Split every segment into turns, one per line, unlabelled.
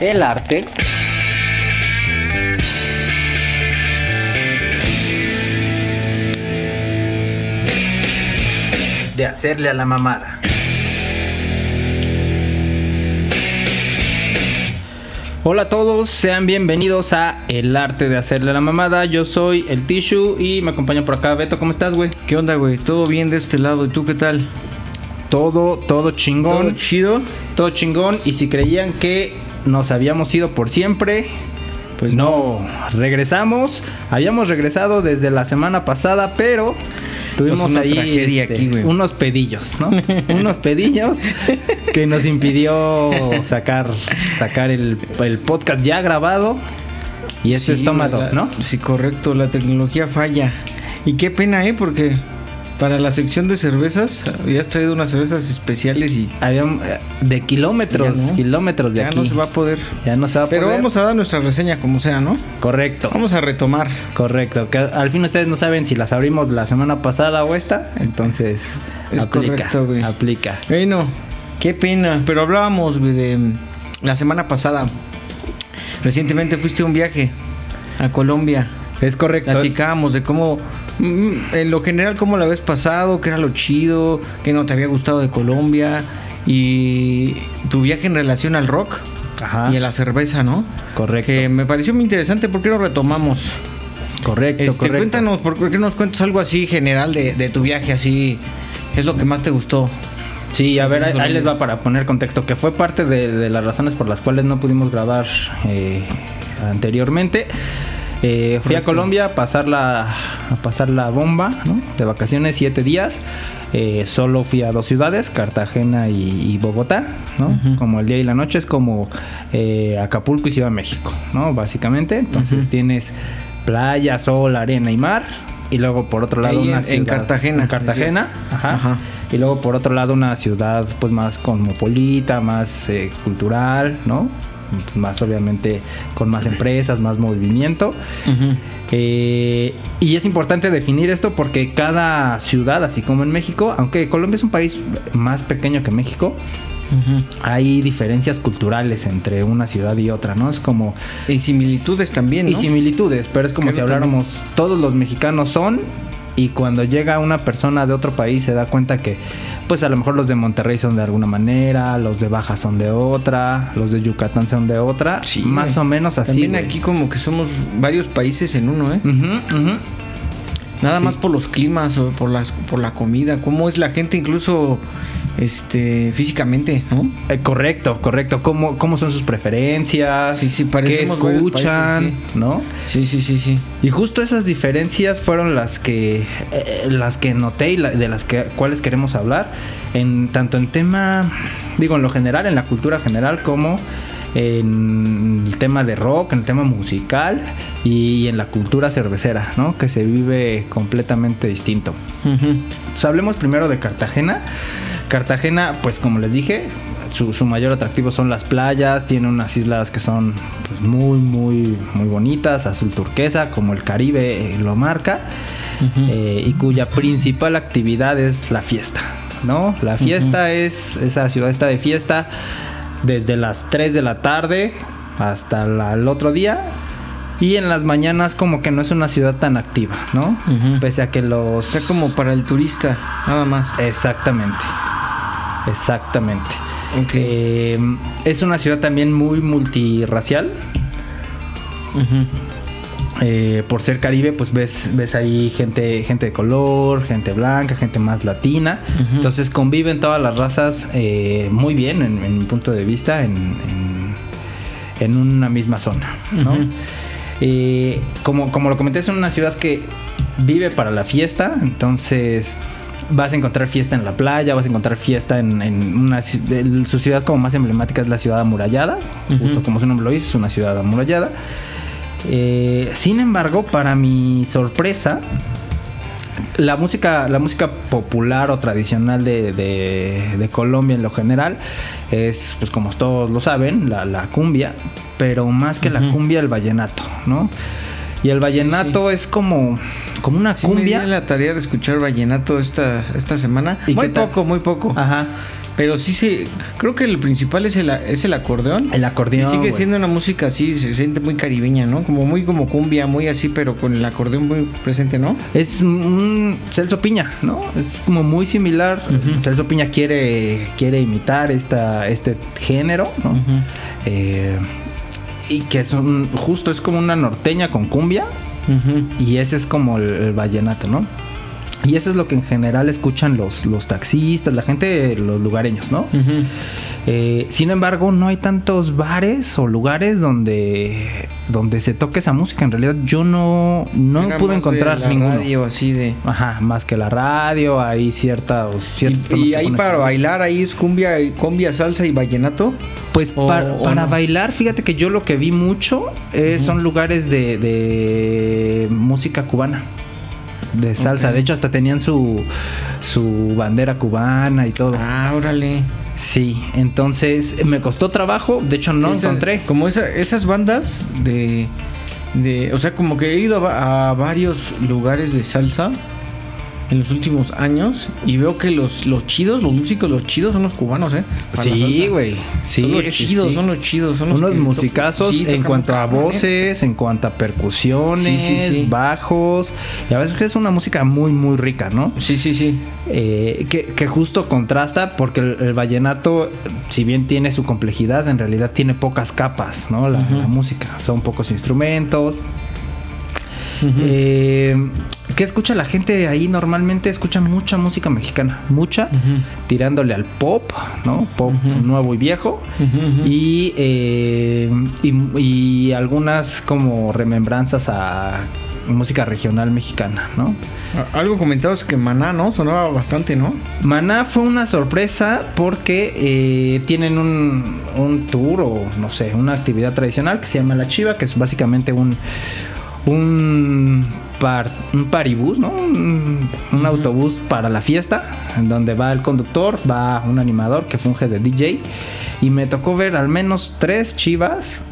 el arte.
De hacerle a la mamada.
Hola a todos, sean bienvenidos a El arte de hacerle la mamada. Yo soy el Tishu y me acompaña por acá Beto. ¿Cómo estás, güey?
¿Qué onda, güey? ¿Todo bien de este lado? ¿Y tú qué tal?
Todo, todo chingón.
¿Todo chido?
Todo chingón. Y si creían que nos habíamos ido por siempre, pues no. Regresamos. Habíamos regresado desde la semana pasada, pero tuvimos
Pues una
ahí este,
tragedia aquí, güey.
unos pedillos, ¿no? unos pedillos que nos impidió sacar, sacar el, el podcast ya grabado. Y este es toma
güey,
dos,
la-
¿no?
Sí, correcto, la tecnología falla. Y qué pena, ¿eh? Porque para la sección de cervezas habías traído unas cervezas especiales y
Había, eh, de kilómetros,
Ya no.
kilómetros de
ya
aquí.
no se va a poder.
Ya no se va a
Pero
poder.
vamos a dar nuestra reseña como sea, ¿no?
Correcto,
Vamos a retomar.
correcto. Que al fin ustedes no saben si las abrimos la semana pasada o esta, entonces
Es
aplica,
correcto, güey.
aplica.
Bueno, qué pena. Pero hablábamos, güey, de mm, la semana pasada. Recientemente fuiste a un viaje a Colombia.
Es correcto.
Platicábamos de cómo, mm, en lo general, cómo la habías pasado, qué era lo chido, qué no te había gustado de Colombia y tu viaje en relación al rock
Ajá.
y a la cerveza, ¿no?
Correcto.
Que me pareció muy interesante porque lo retomamos.
Correcto,
Este,
correcto.
Cuéntanos, ¿por por qué nos cuentas algo así general de, de tu viaje así? ¿Qué es lo que más te gustó?
Sí, a ver, ahí, ahí les va para poner contexto, que fue parte de, de las razones por las cuales no pudimos grabar eh, anteriormente. Eh, fui a Colombia a pasar la, a pasar la bomba, ¿no? De vacaciones, siete días. Eh, solo fui a dos ciudades, Cartagena y, y Bogotá, ¿no? Como el día y la noche, es como eh, Acapulco y Ciudad de México, ¿no? Básicamente. Entonces tienes playa, sol, arena y mar. Y luego por otro lado
Ahí
una
en- en
ciudad-
Cartagena,
En Cartagena. Ajá.
Ajá.
Y luego por otro lado una ciudad pues más cosmopolita, más eh, cultural, ¿no? Más obviamente con más empresas, más movimiento. Eh, y es importante definir esto porque cada ciudad, así como en México, aunque Colombia es un país más pequeño que México, hay diferencias culturales entre una ciudad y otra, ¿no? Es como...
Y similitudes también,
Y
¿no?
similitudes, pero es como
Creo
si habláramos, todos los mexicanos son, y cuando llega una persona de otro país se da cuenta que, pues a lo mejor los de Monterrey son de alguna manera, los de Baja son de otra, los de Yucatán son de otra,
Sí,
más
güey.
o menos así.
También
güey.
aquí como que somos varios países en uno, ¿eh?
Ujú, ujú.
Nada
Sí.
más por los climas o por las por la comida, cómo es la gente incluso este físicamente, ¿no?
Eh, correcto, correcto. ¿Cómo, ¿Cómo son sus preferencias?
Sí, sí,
¿Qué
parecemos varios
escuchan?
países,
¿No?
Sí, sí, sí, sí.
Y justo esas diferencias fueron las que eh, las que noté y la- de las que, cuales queremos hablar en tanto en tema digo en lo general en la cultura general como en el tema de rock, en el tema musical y en la cultura cervecera, ¿no? Que se vive completamente distinto. Entonces, hablemos primero de Cartagena. Cartagena, pues como les dije, su, su mayor atractivo son las playas, tiene unas islas que son pues, muy, muy, muy bonitas, azul turquesa, como el Caribe eh, lo marca,
Mm.
eh, y cuya principal actividad es la fiesta, ¿no? La fiesta es, esa ciudad está de fiesta desde las 3 de la tarde hasta la- el otro día. Y en las mañanas como que no es una ciudad tan activa, ¿no?
Ujú.
Pese a que los...
pues, Está Mm. como para el turista, nada más.
Exactamente. Exactamente.
Ok.
Eh, es una ciudad también muy multirracial. Eh, por ser Caribe, pues ves, ves ahí gente, gente de color, gente blanca, gente más latina.
Ujú.
Entonces conviven todas las razas eh, muy bien, en, en mi punto de vista, en, en- en una misma zona. ¿no?
Ujú.
Eh, como, como lo comenté, es una ciudad que vive para la fiesta, entonces vas a encontrar fiesta en la playa, vas a encontrar fiesta en, en una ci- el- su ciudad como más emblemática es la ciudad amurallada, justo como su nombre lo dice, es una ciudad amurallada. Eh, sin embargo, para mi sorpresa, la música, la música popular o tradicional de, de- de Colombia en lo general es, pues como todos lo saben, la, la cumbia, pero más que la cumbia, el vallenato, ¿no? Y el vallenato es como, como una
Sí me di
cumbia.
la tarea de escuchar vallenato esta, esta semana.
¿Y
muy
qué tal? Ah.
poco, muy poco.
Ajá.
Pero sí se. Creo que el principal es el, a- es el acordeón.
El acordeón.
Y sigue
güey.
siendo una música así, se siente muy caribeña, ¿no? Como muy como cumbia, muy así, pero con el acordeón muy presente, ¿no?
Es un Celso Piña, ¿no? Es como muy similar. Celso Piña quiere, quiere imitar esta, este género, ¿no? Eh, y que es un- justo es como una norteña con cumbia.
Ujú.
Y ese es como el, el vallenato, ¿no? Y eso es lo que en general escuchan los, los taxistas, la gente, los lugareños, ¿no?
Ujú.
Eh, sin embargo, no hay tantos bares o lugares donde, donde se toque esa música. En realidad, yo no, no
Era
pude
más de
encontrar
eh, la
ninguno.
radio así de.
Ajá, más que la radio, hay ciertas... ciertos
Y,
temas
y
que
ahí
ponen.
para bailar, ahí es cumbia, cumbia, salsa y vallenato.
Pues
o-
para,
o
para
no.
bailar, fíjate que yo lo que vi mucho eh, son lugares de, de música cubana. De salsa,
Ok.
de hecho hasta tenían su, su bandera cubana y todo.
Ah, órale.
Sí, entonces me costó trabajo, de hecho no
Esa-
encontré.
Como esa- esas bandas de, de- O sea, como que he ido a, va- a varios lugares de salsa en los últimos años y veo que los, los chidos, los músicos, los chidos son los cubanos, ¿eh? Para la salsa.
güey. Sí,
son los
sí,
chidos,
sí.
son los chidos, son los
Unos
que to-
musicazos
sí,
en
tocan
cuanto a
cabrón, ¿eh?
voces, en cuanto a percusiones,
Sí, sí, sí.
bajos. Y a veces es una música muy, muy rica, ¿no?
Sí, sí, sí.
Eh, que, que justo contrasta porque el, el vallenato, si bien tiene su complejidad, en realidad tiene pocas capas, ¿no? La,
Ujú.
la música. Son pocos instrumentos. Eh, ¿Qué escucha la gente de ahí? Normalmente escucha mucha música mexicana. Mucha.
Ujú.
Tirándole al pop, ¿no? Pop
Ujú.
nuevo y viejo.
Ujú, ujú.
Y, eh, y- y algunas como remembranzas a música regional mexicana, ¿no?
A- Algo comentabas que Maná, ¿no? Sonaba bastante, ¿no?
Maná fue una sorpresa porque eh, tienen un, un tour o no sé, una actividad tradicional que se llama La Chiva, que es básicamente un un, par, un paribús, ¿no? Un, un autobús para la fiesta, en donde va el conductor, va un animador que funge de DJ. Y me tocó ver al menos tres chivas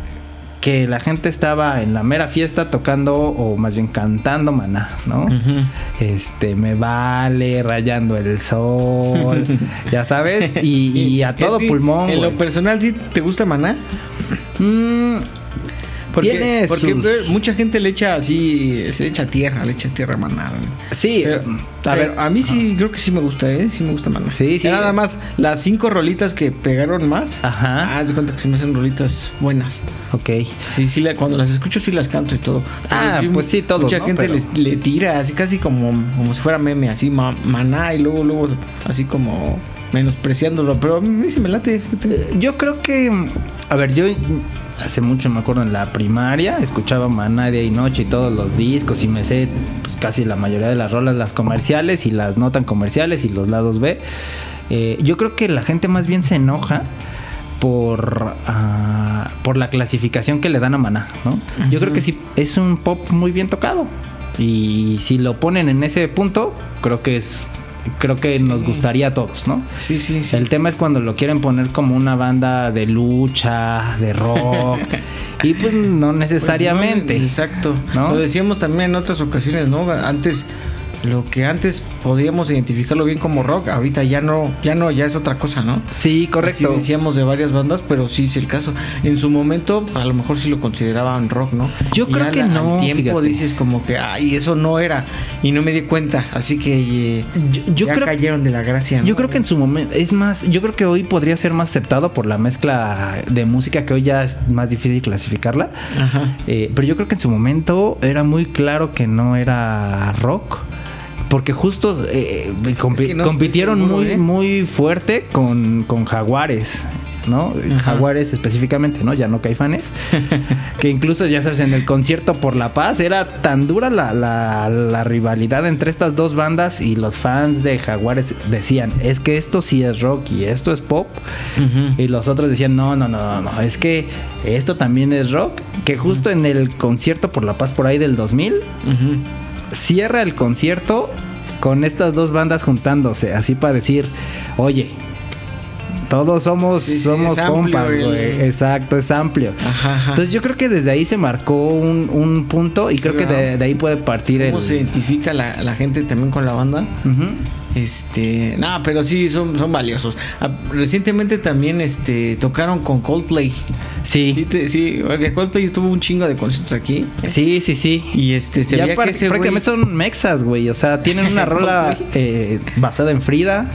que la gente estaba en la mera fiesta tocando o más bien cantando maná, ¿no? este me vale rayando el sol ya sabes y, y a todo
ti,
pulmón
En
güey.
lo personal, ¿sí te gusta Maná?
Mm,
Porque,
Tiene
porque
sus-
ve- mucha gente le echa así, se echa tierra, le echa tierra a Maná.
sí
Pero-
a
pero
ver
a mí sí, creo que sí me gusta, ¿eh? Sí me gusta Maná.
Sí, sí.
Ya Nada más, las cinco rolitas que pegaron más, Ah,
Ajá.
haz de cuenta que se me hacen rolitas buenas.
ok
Sí, sí, la- cuando las escucho sí las canto y todo.
Ah,
Pero
pues sí, todos,
Mucha
¿no?
gente
Pero-
les- le tira así casi como, como si fuera meme, así ma- Maná y luego, luego, así como menospreciándolo, pero a mí sí me late. fíjate.
yo creo que a ver yo hace mucho me acuerdo en la primaria escuchaba Maná día y noche y todos los discos y me sé pues, casi la mayoría de las rolas las comerciales y las no tan comerciales y los lados B Eh, yo creo que la gente más bien se enoja por, ah, por la clasificación que le dan a Maná, ¿no? Yo creo que sí es un pop muy bien tocado. Y si lo ponen en ese punto, creo que es. Creo que nos gustaría a todos, ¿no?
Sí, sí, sí. Pues,
El tema es cuando lo quieren poner como una banda de lucha, de rock. y pues no necesariamente.
Pues, no, exacto.
¿No?
Lo decíamos también en otras ocasiones, ¿no? Antes, lo que antes podíamos identificarlo bien como rock, ahorita ya no, ya no, ya es otra cosa, ¿no?
sí, correcto.
Así decíamos de varias bandas, pero sí es el caso. En su momento, a lo mejor sí lo consideraban rock, ¿no?
Yo creo
al-
que
al
no,
tiempo
fíjate.
dices como que, ay, eso no era. Y no me di cuenta. Así que eh,
Yo- yo
ya
creo-
cayeron de la gracia. ¿no?
Yo creo que en su momento es más, yo creo que hoy podría ser más aceptado por la mezcla de música que hoy ya es más difícil clasificarla.
Ajá.
Eh, pero yo creo que en su momento era muy claro que no era rock. Porque justo eh, compi-
Es que no estoy
compitieron
seguro,
muy,
¿eh?
muy fuerte con, con jaguares, ¿no?
Ajá.
Jaguares específicamente, ¿no? Ya no caifanes. que incluso, ya sabes, en el concierto por la paz era tan dura la, la- la rivalidad entre estas dos bandas y los fans de jaguares decían, es que esto sí es rock y esto es pop.
Eh,
Y los otros decían, no, no, no, no, no, es que esto también es rock. Que justo en el concierto por la paz por ahí del 2000,
Ujú.
cierra el concierto con estas dos bandas juntándose, así para decir, oye, Todos somos,
Sí, sí,
somos
es amplio
compas,
el-
güey. Exacto, es amplio.
Ajá, ajá.
Entonces yo creo que desde ahí se marcó un, un punto y
Sí,
creo que de,
¿verdad?
de ahí puede partir el...
¿Cómo se identifica la, la gente también con la banda?
Ujú.
Este, no, pero sí, son, son valiosos. Ah, Recientemente también este, tocaron con Coldplay. Sí,
Sí,
te- sí, porque Coldplay tuvo un chingo de conciertos aquí.
sí, sí, sí.
Y este, se
Ya
veía
par-
que ese güey-
prácticamente son mexas, güey. O sea, tienen una rola eh, basada en Frida.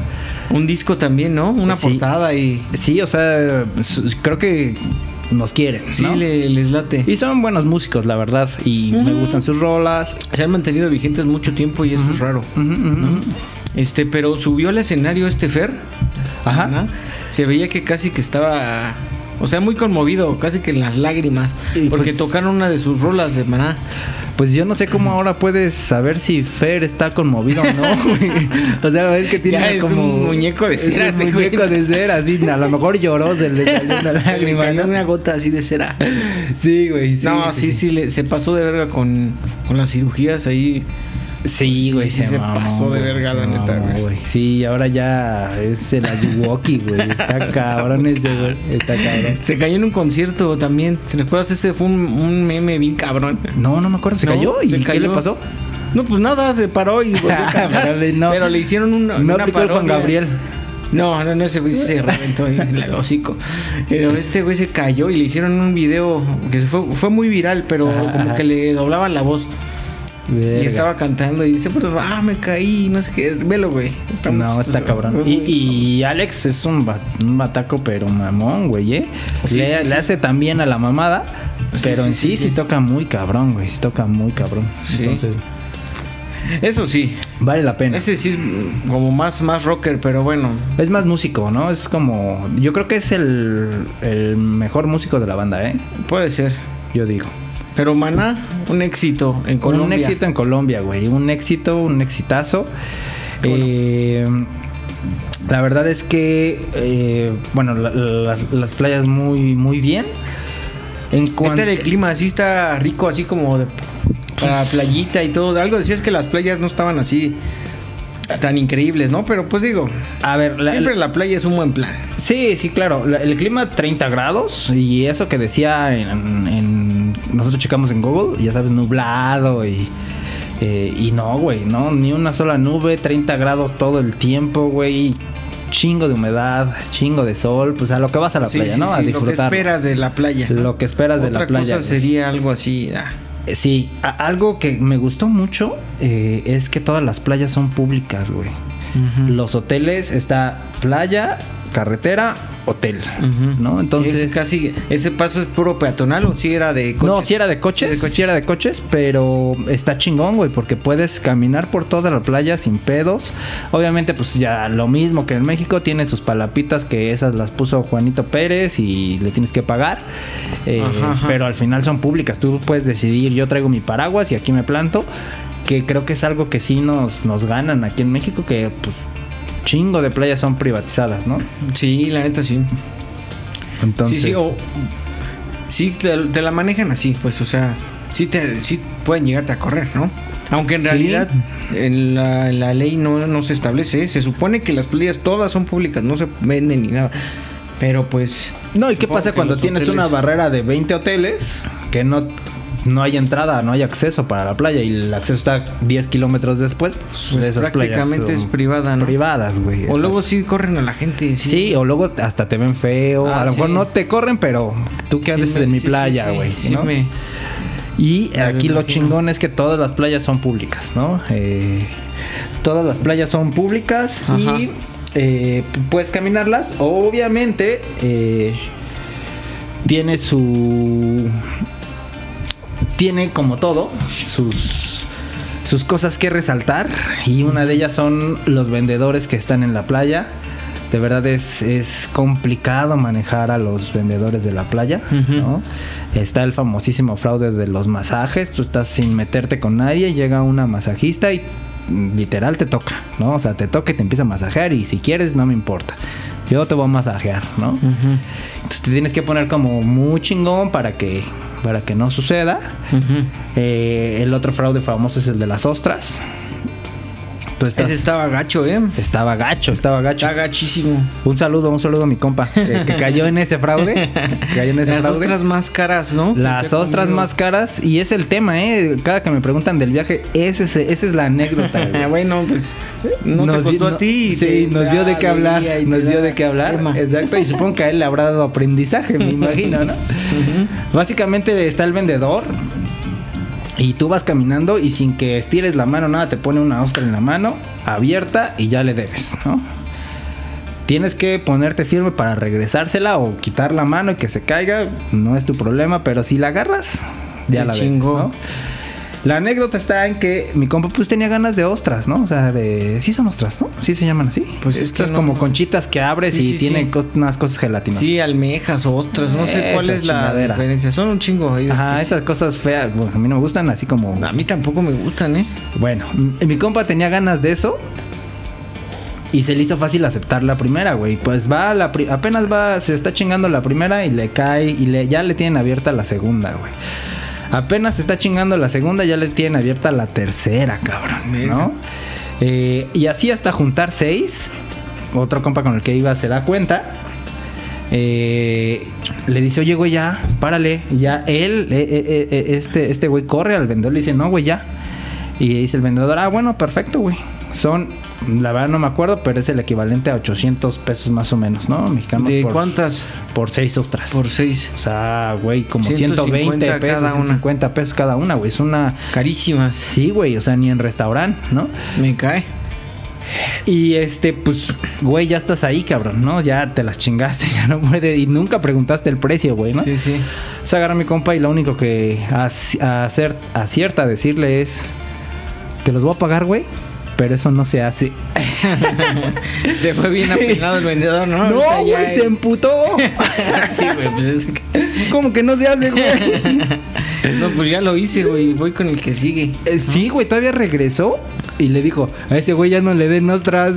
un disco también, ¿no? Una
Sí.
portada y...
Sí, o sea, su- creo que nos quieren.
Sí,
¿no?
le- les late.
Y son buenos músicos, la verdad. Y me gustan sus rolas.
Se han mantenido vigentes mucho tiempo y eso es raro.
Ujú, ujú, ujú.
Este, pero subió al escenario este Fer.
Ajá.
Se veía que casi que estaba. O sea, muy conmovido, casi que en las lágrimas.
Y
porque
pues-
tocaron una de sus rolas de maná.
Pues yo no sé cómo ahora puedes saber si Fer está conmovido o no. güey. o sea, ves que tiene
Ya es
como
un muñeco de
es
cera, ese
un
güey.
muñeco de cera, sí. A lo mejor lloró, se le salió una
Se le
lágrima.
cayó
¿no?
una gota así de cera.
Sí, güey. Sí,
no, sí, sí, le- se pasó de verga con, con las cirugías ahí.
Sí, güey,
Pues sí se pasó de
güey,
verga,
se
la neta,
mamó,
güey.
Sí, ahora ya es el Ayuwoki, güey. Está cabrón ese, güey. Está cabrón.
Se cayó en un concierto también. ¿Te recuerdas? Ese fue un, un meme bien cabrón.
No, no me acuerdo. ¿Se
No,
cayó? ¿Y
se
qué
cayó.
le pasó?
No, pues nada, se paró y volvió a cantar.
Pero le- no.
Pero le hicieron una,
No
una
aplicó el Juan
parodia.
Gabriel.
No, no, no, ese güey se reventó en el hocico. Pero este güey se cayó y le hicieron un video que se fue, fue muy viral, pero
Ajá,
como
ajá.
que le doblaban la voz. Y
Verga.
estaba cantando y dice, pues, ah, me caí, no sé qué, es velo, güey. Está muy
no, está
chistoso.
cabrón.
Muy
Y,
bueno.
y Alex es un, ba- un bataco, pero mamón, güey, ¿eh?
Sí,
le,
sí,
le
sí.
hace también a la mamada,
Sí,
pero
sí,
en sí
sí,
sí,
sí.
toca muy cabrón, güey. Sí toca muy cabrón.
Sí.
Entonces,
Eso sí,
vale la pena.
ese sí es mm, como más, más rocker, pero bueno.
Es más músico, ¿no? Es como. Yo creo que es el, el mejor músico de la banda, ¿eh?
Puede ser.
Yo digo.
Pero Maná, un éxito en Colombia.
Un éxito en Colombia, güey. Un éxito, un exitazo. Eh, la verdad es que, eh, bueno, la- la- las playas muy, muy bien. En
¿Qué
cuanto
tal el clima? Así está rico, así como de, para playita y todo. Algo decías que las playas no estaban así tan increíbles, ¿no? Pero pues digo,
a ver, la-
siempre la playa es un buen plan.
sí, sí, claro. La- el clima 30 grados y eso que decía en, en- nosotros checamos en Google, ya sabes, nublado y eh, y no, güey, no, ni una sola nube, 30 grados todo el tiempo, güey. Chingo de humedad, chingo de sol, pues a lo que vas a la
Sí,
playa,
sí,
¿no? a
sí, lo que
disfrutar.
esperas de la playa. ¿no?
Lo que esperas de la
Otra
playa,
cosa
güey.
sería algo así. ah,
Eh, Sí, a- algo que me gustó mucho eh, es que todas las playas son públicas, güey.
Mm.
Los hoteles está playa, carretera, hotel,
Ujú.
¿no? Entonces,
Es casi ese paso es puro peatonal o si era de coche.
no, si era de coches,
De coches.
sí era de coches, pero está chingón, güey, porque puedes caminar por toda la playa sin pedos. Obviamente, pues ya lo mismo que en México, tiene sus palapitas que esas las puso Juanito Pérez y le tienes que pagar. Eh,
Ajá, ajá.
Pero al final son públicas, tú puedes decidir, yo traigo mi paraguas y aquí me planto, que creo que es algo que sí nos, nos ganan aquí en México, que pues chingo de playas son privatizadas, ¿no?
Sí, la neta sí.
Entonces,
sí, sí, o sí te, te la manejan así, pues, o sea, sí te sí pueden llegarte a correr, ¿no? Aunque en
Sí.
realidad en la, en la ley no, no se establece, ¿eh? se supone que las playas todas son públicas, no se venden ni nada. Pero pues
No, ¿y qué
Supongo
pasa
que
cuando
los
tienes
hoteles-
una barrera de 20 hoteles que no, no hay entrada, no hay acceso para la playa y el acceso está 10 kilómetros después? Pues,
Pues
esas
prácticamente
playas
es
son
privada, ¿no?
privadas, güey.
o
exacto.
luego sí corren a la gente,
Sí. o luego hasta te ven feo.
Ah,
a lo mejor
sí.
no te corren, pero tú
Sí
qué haces
me-
en mi
sí, sí,
playa,
sí,
güey.
sí
¿no?
me-
Y
Ya me
aquí lo
imagino.
chingón es que todas las playas son públicas, ¿no? Eh, todas las playas son públicas
Ajá.
y eh, puedes caminarlas. Obviamente eh, tiene su... Tiene como todo sus, sus cosas que resaltar y una de ellas son los vendedores que están en la playa. De verdad es, es complicado manejar a los vendedores de la playa,
Ujú.
¿no? Está el famosísimo fraude de los masajes. Tú estás sin meterte con nadie, llega una masajista y mm, literal te toca, ¿no? O sea, te toca y te empieza a masajear y si quieres no me importa. Yo te voy a masajear, ¿no?
Ujú,
Entonces te tienes que poner como muy chingón para que, para que no suceda.
ujú.
Eh, el otro fraude famoso es el de las ostras. tú estás.
Ese estaba gacho, ¿eh?
Estaba gacho, estaba gacho.
Está gachísimo.
Un saludo, un saludo a mi compa, eh, que, que cayó en ese fraude. que cayó en ese
Las
fraude.
ostras más caras, ¿no? Que
Las
se ha
ostras
comido.
más caras. Y es el tema, ¿eh? Cada que me preguntan del viaje, ese es- esa es la anécdota. güey.
bueno, pues no
Nos
te
di-
costó
no-
a ti. y
Sí,
te
nos
da
dio de qué hablar.
alegría y te
Nos dio
da
de qué hablar.
tema.
Exacto. Y supongo que a él le habrá dado aprendizaje, me imagino, ¿no? Básicamente está el vendedor. Y tú vas caminando y sin que estires la mano, nada, te pone una ostra en la mano, abierta y ya le debes, ¿no? Tienes que ponerte firme para regresársela o quitar la mano y que se caiga, no es tu problema, pero si la agarras, ya
Te
la debes,
chingó.
¿no? La anécdota está en que mi compa pues tenía ganas de ostras, ¿no? O sea, de... Sí son ostras, ¿no? Sí se llaman así.
Pues es que
Estas
no-
como conchitas que abres
Sí,
y
sí,
tienen
sí.
co- unas cosas gelatinosas.
Sí, almejas, ostras, no sé
Esas
cuál es la
chingaderas.
diferencia. Son un chingo ahí.
Ajá,
después.
esas cosas feas, bueno, a mí no me gustan, así como...
A mí tampoco me gustan, ¿eh?
Bueno, m- mi compa tenía ganas de eso. Y se le hizo fácil aceptar la primera, güey. Pues va, a la pri- apenas va, se está chingando la primera y le cae y le, ya le tienen abierta la segunda, güey. Apenas se está chingando la segunda, ya le tienen abierta la tercera, cabrón,
Verga.
¿no? Eh, y así hasta juntar seis. Otro compa con el que iba se da cuenta. Eh, le dice, oye, güey, ya, párale. Y Ya él, eh, eh, eh, este, este güey corre al vendedor, le dice, no, güey, ya. Y dice el vendedor, ah, bueno, perfecto, güey. Son, la verdad no me acuerdo, pero es el equivalente a 800 pesos más o menos, ¿no? Mexicanos.
¿De
por,
cuántas?
Por seis ostras.
Por seis.
o sea, güey, como 120
150
pesos,
cada una.
150 pesos cada una, güey. Es una...
Carísimas.
Sí, güey, o sea, ni en restaurante, ¿no?
Me cae.
Y este, pues, güey, ya estás ahí, cabrón, ¿no? Ya te las chingaste, ya no puede. Y nunca preguntaste el precio, güey, ¿no?
Sí, sí.
Se agarra mi compa y lo único que ac- hacer, acierta a decirle es: Te los voy a pagar, güey, pero eso no se hace.
Se fue bien apenado el vendedor, ¿no?
No,
Ah, Ahorita ya
güey, se
hay-
emputó.
Sí, güey, pues es que-
¿Cómo que no se hace, güey?
No, pues ya lo hice, güey. Voy con el que sigue.
Eh, Sí, güey, todavía regresó y le dijo, a ese güey ya no le den ostras.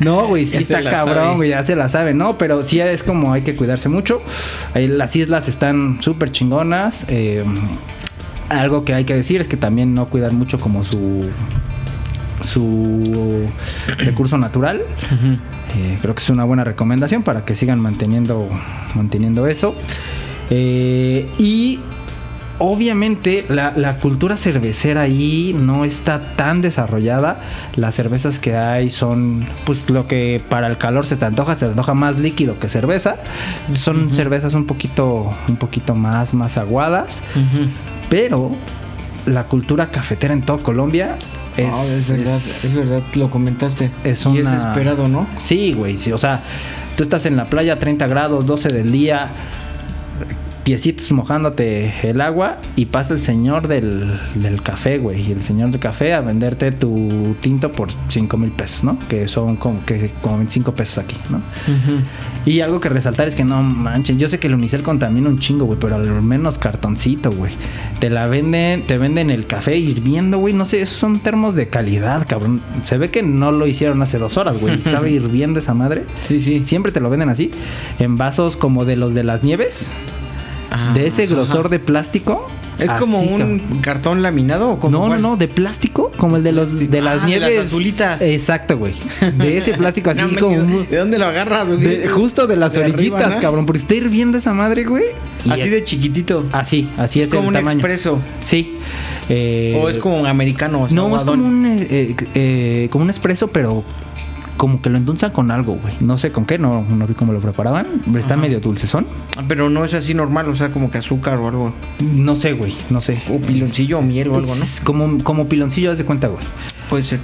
no, güey, sí
Ya se
está
la
cabrón,
sabe.
güey, ya se la sabe, ¿no? Pero sí es como hay que cuidarse mucho. Ahí Las islas están súper chingonas. eh, algo que hay que decir es que también no cuidar mucho como su su recurso natural. Eh, creo que es una buena recomendación para que sigan manteniendo, manteniendo eso. Eh, y obviamente la, la cultura cervecera ahí no está tan desarrollada. Las cervezas que hay son, pues lo que para el calor se te antoja, se te antoja más líquido que cerveza. Son cervezas un poquito, un poquito más, más aguadas.
Ujú.
Pero la cultura cafetera en toda Colombia es,
Ah, es verdad,
es-
es, verdad, lo comentaste.
es
Y es
una-
esperado, ¿no?
Sí, güey, sí, o sea, tú estás en la playa 30 grados, 12 del día, piecitos mojándote el agua y pasa el señor del, del café, güey, y el señor del café a venderte tu tinto por 5 mil pesos, ¿no? Que son como, que, como 25 pesos aquí, ¿no? Y algo que resaltar es que no manchen, yo sé que el Unicel contamina un chingo, güey, pero al menos cartoncito, güey. Te la venden, te venden el café hirviendo, güey, no sé, esos son termos de calidad, cabrón. Se ve que no lo hicieron hace dos horas, güey, estaba hirviendo esa madre.
Sí,
Y
sí.
siempre te lo venden así, en vasos como de los de las nieves,
Ah,
de ese grosor
ajá.
de plástico.
¿Es como
así,
un
cabrón.
cartón laminado o como
No,
cuál?
no, no, de plástico, como el de los de las
Ah, de las
nieves
azulitas.
Exacto, güey. De ese plástico así
No, hombre,
como
¿De dónde lo agarras? güey?
de- justo de las
De arriba,
orillitas,
¿no?
cabrón. Porque está hirviendo esa madre, güey. Y
Así
es-
de chiquitito.
Así, así es,
es como
el
un
tamaño.
expreso.
Sí. Eh,
o es como un americano. o sea,
No, es
aguadón.
como un, eh, eh, como un expreso, pero como que lo endulzan con algo, güey. No sé con qué, no, no vi cómo lo preparaban. pero Está medio dulcezón.
Ah, Pero no es así normal, o sea, como que azúcar o algo.
No sé, güey, no sé.
O piloncillo o miel o algo, ¿no?
Es como, como piloncillo, haz de cuenta, güey.
Puede ser.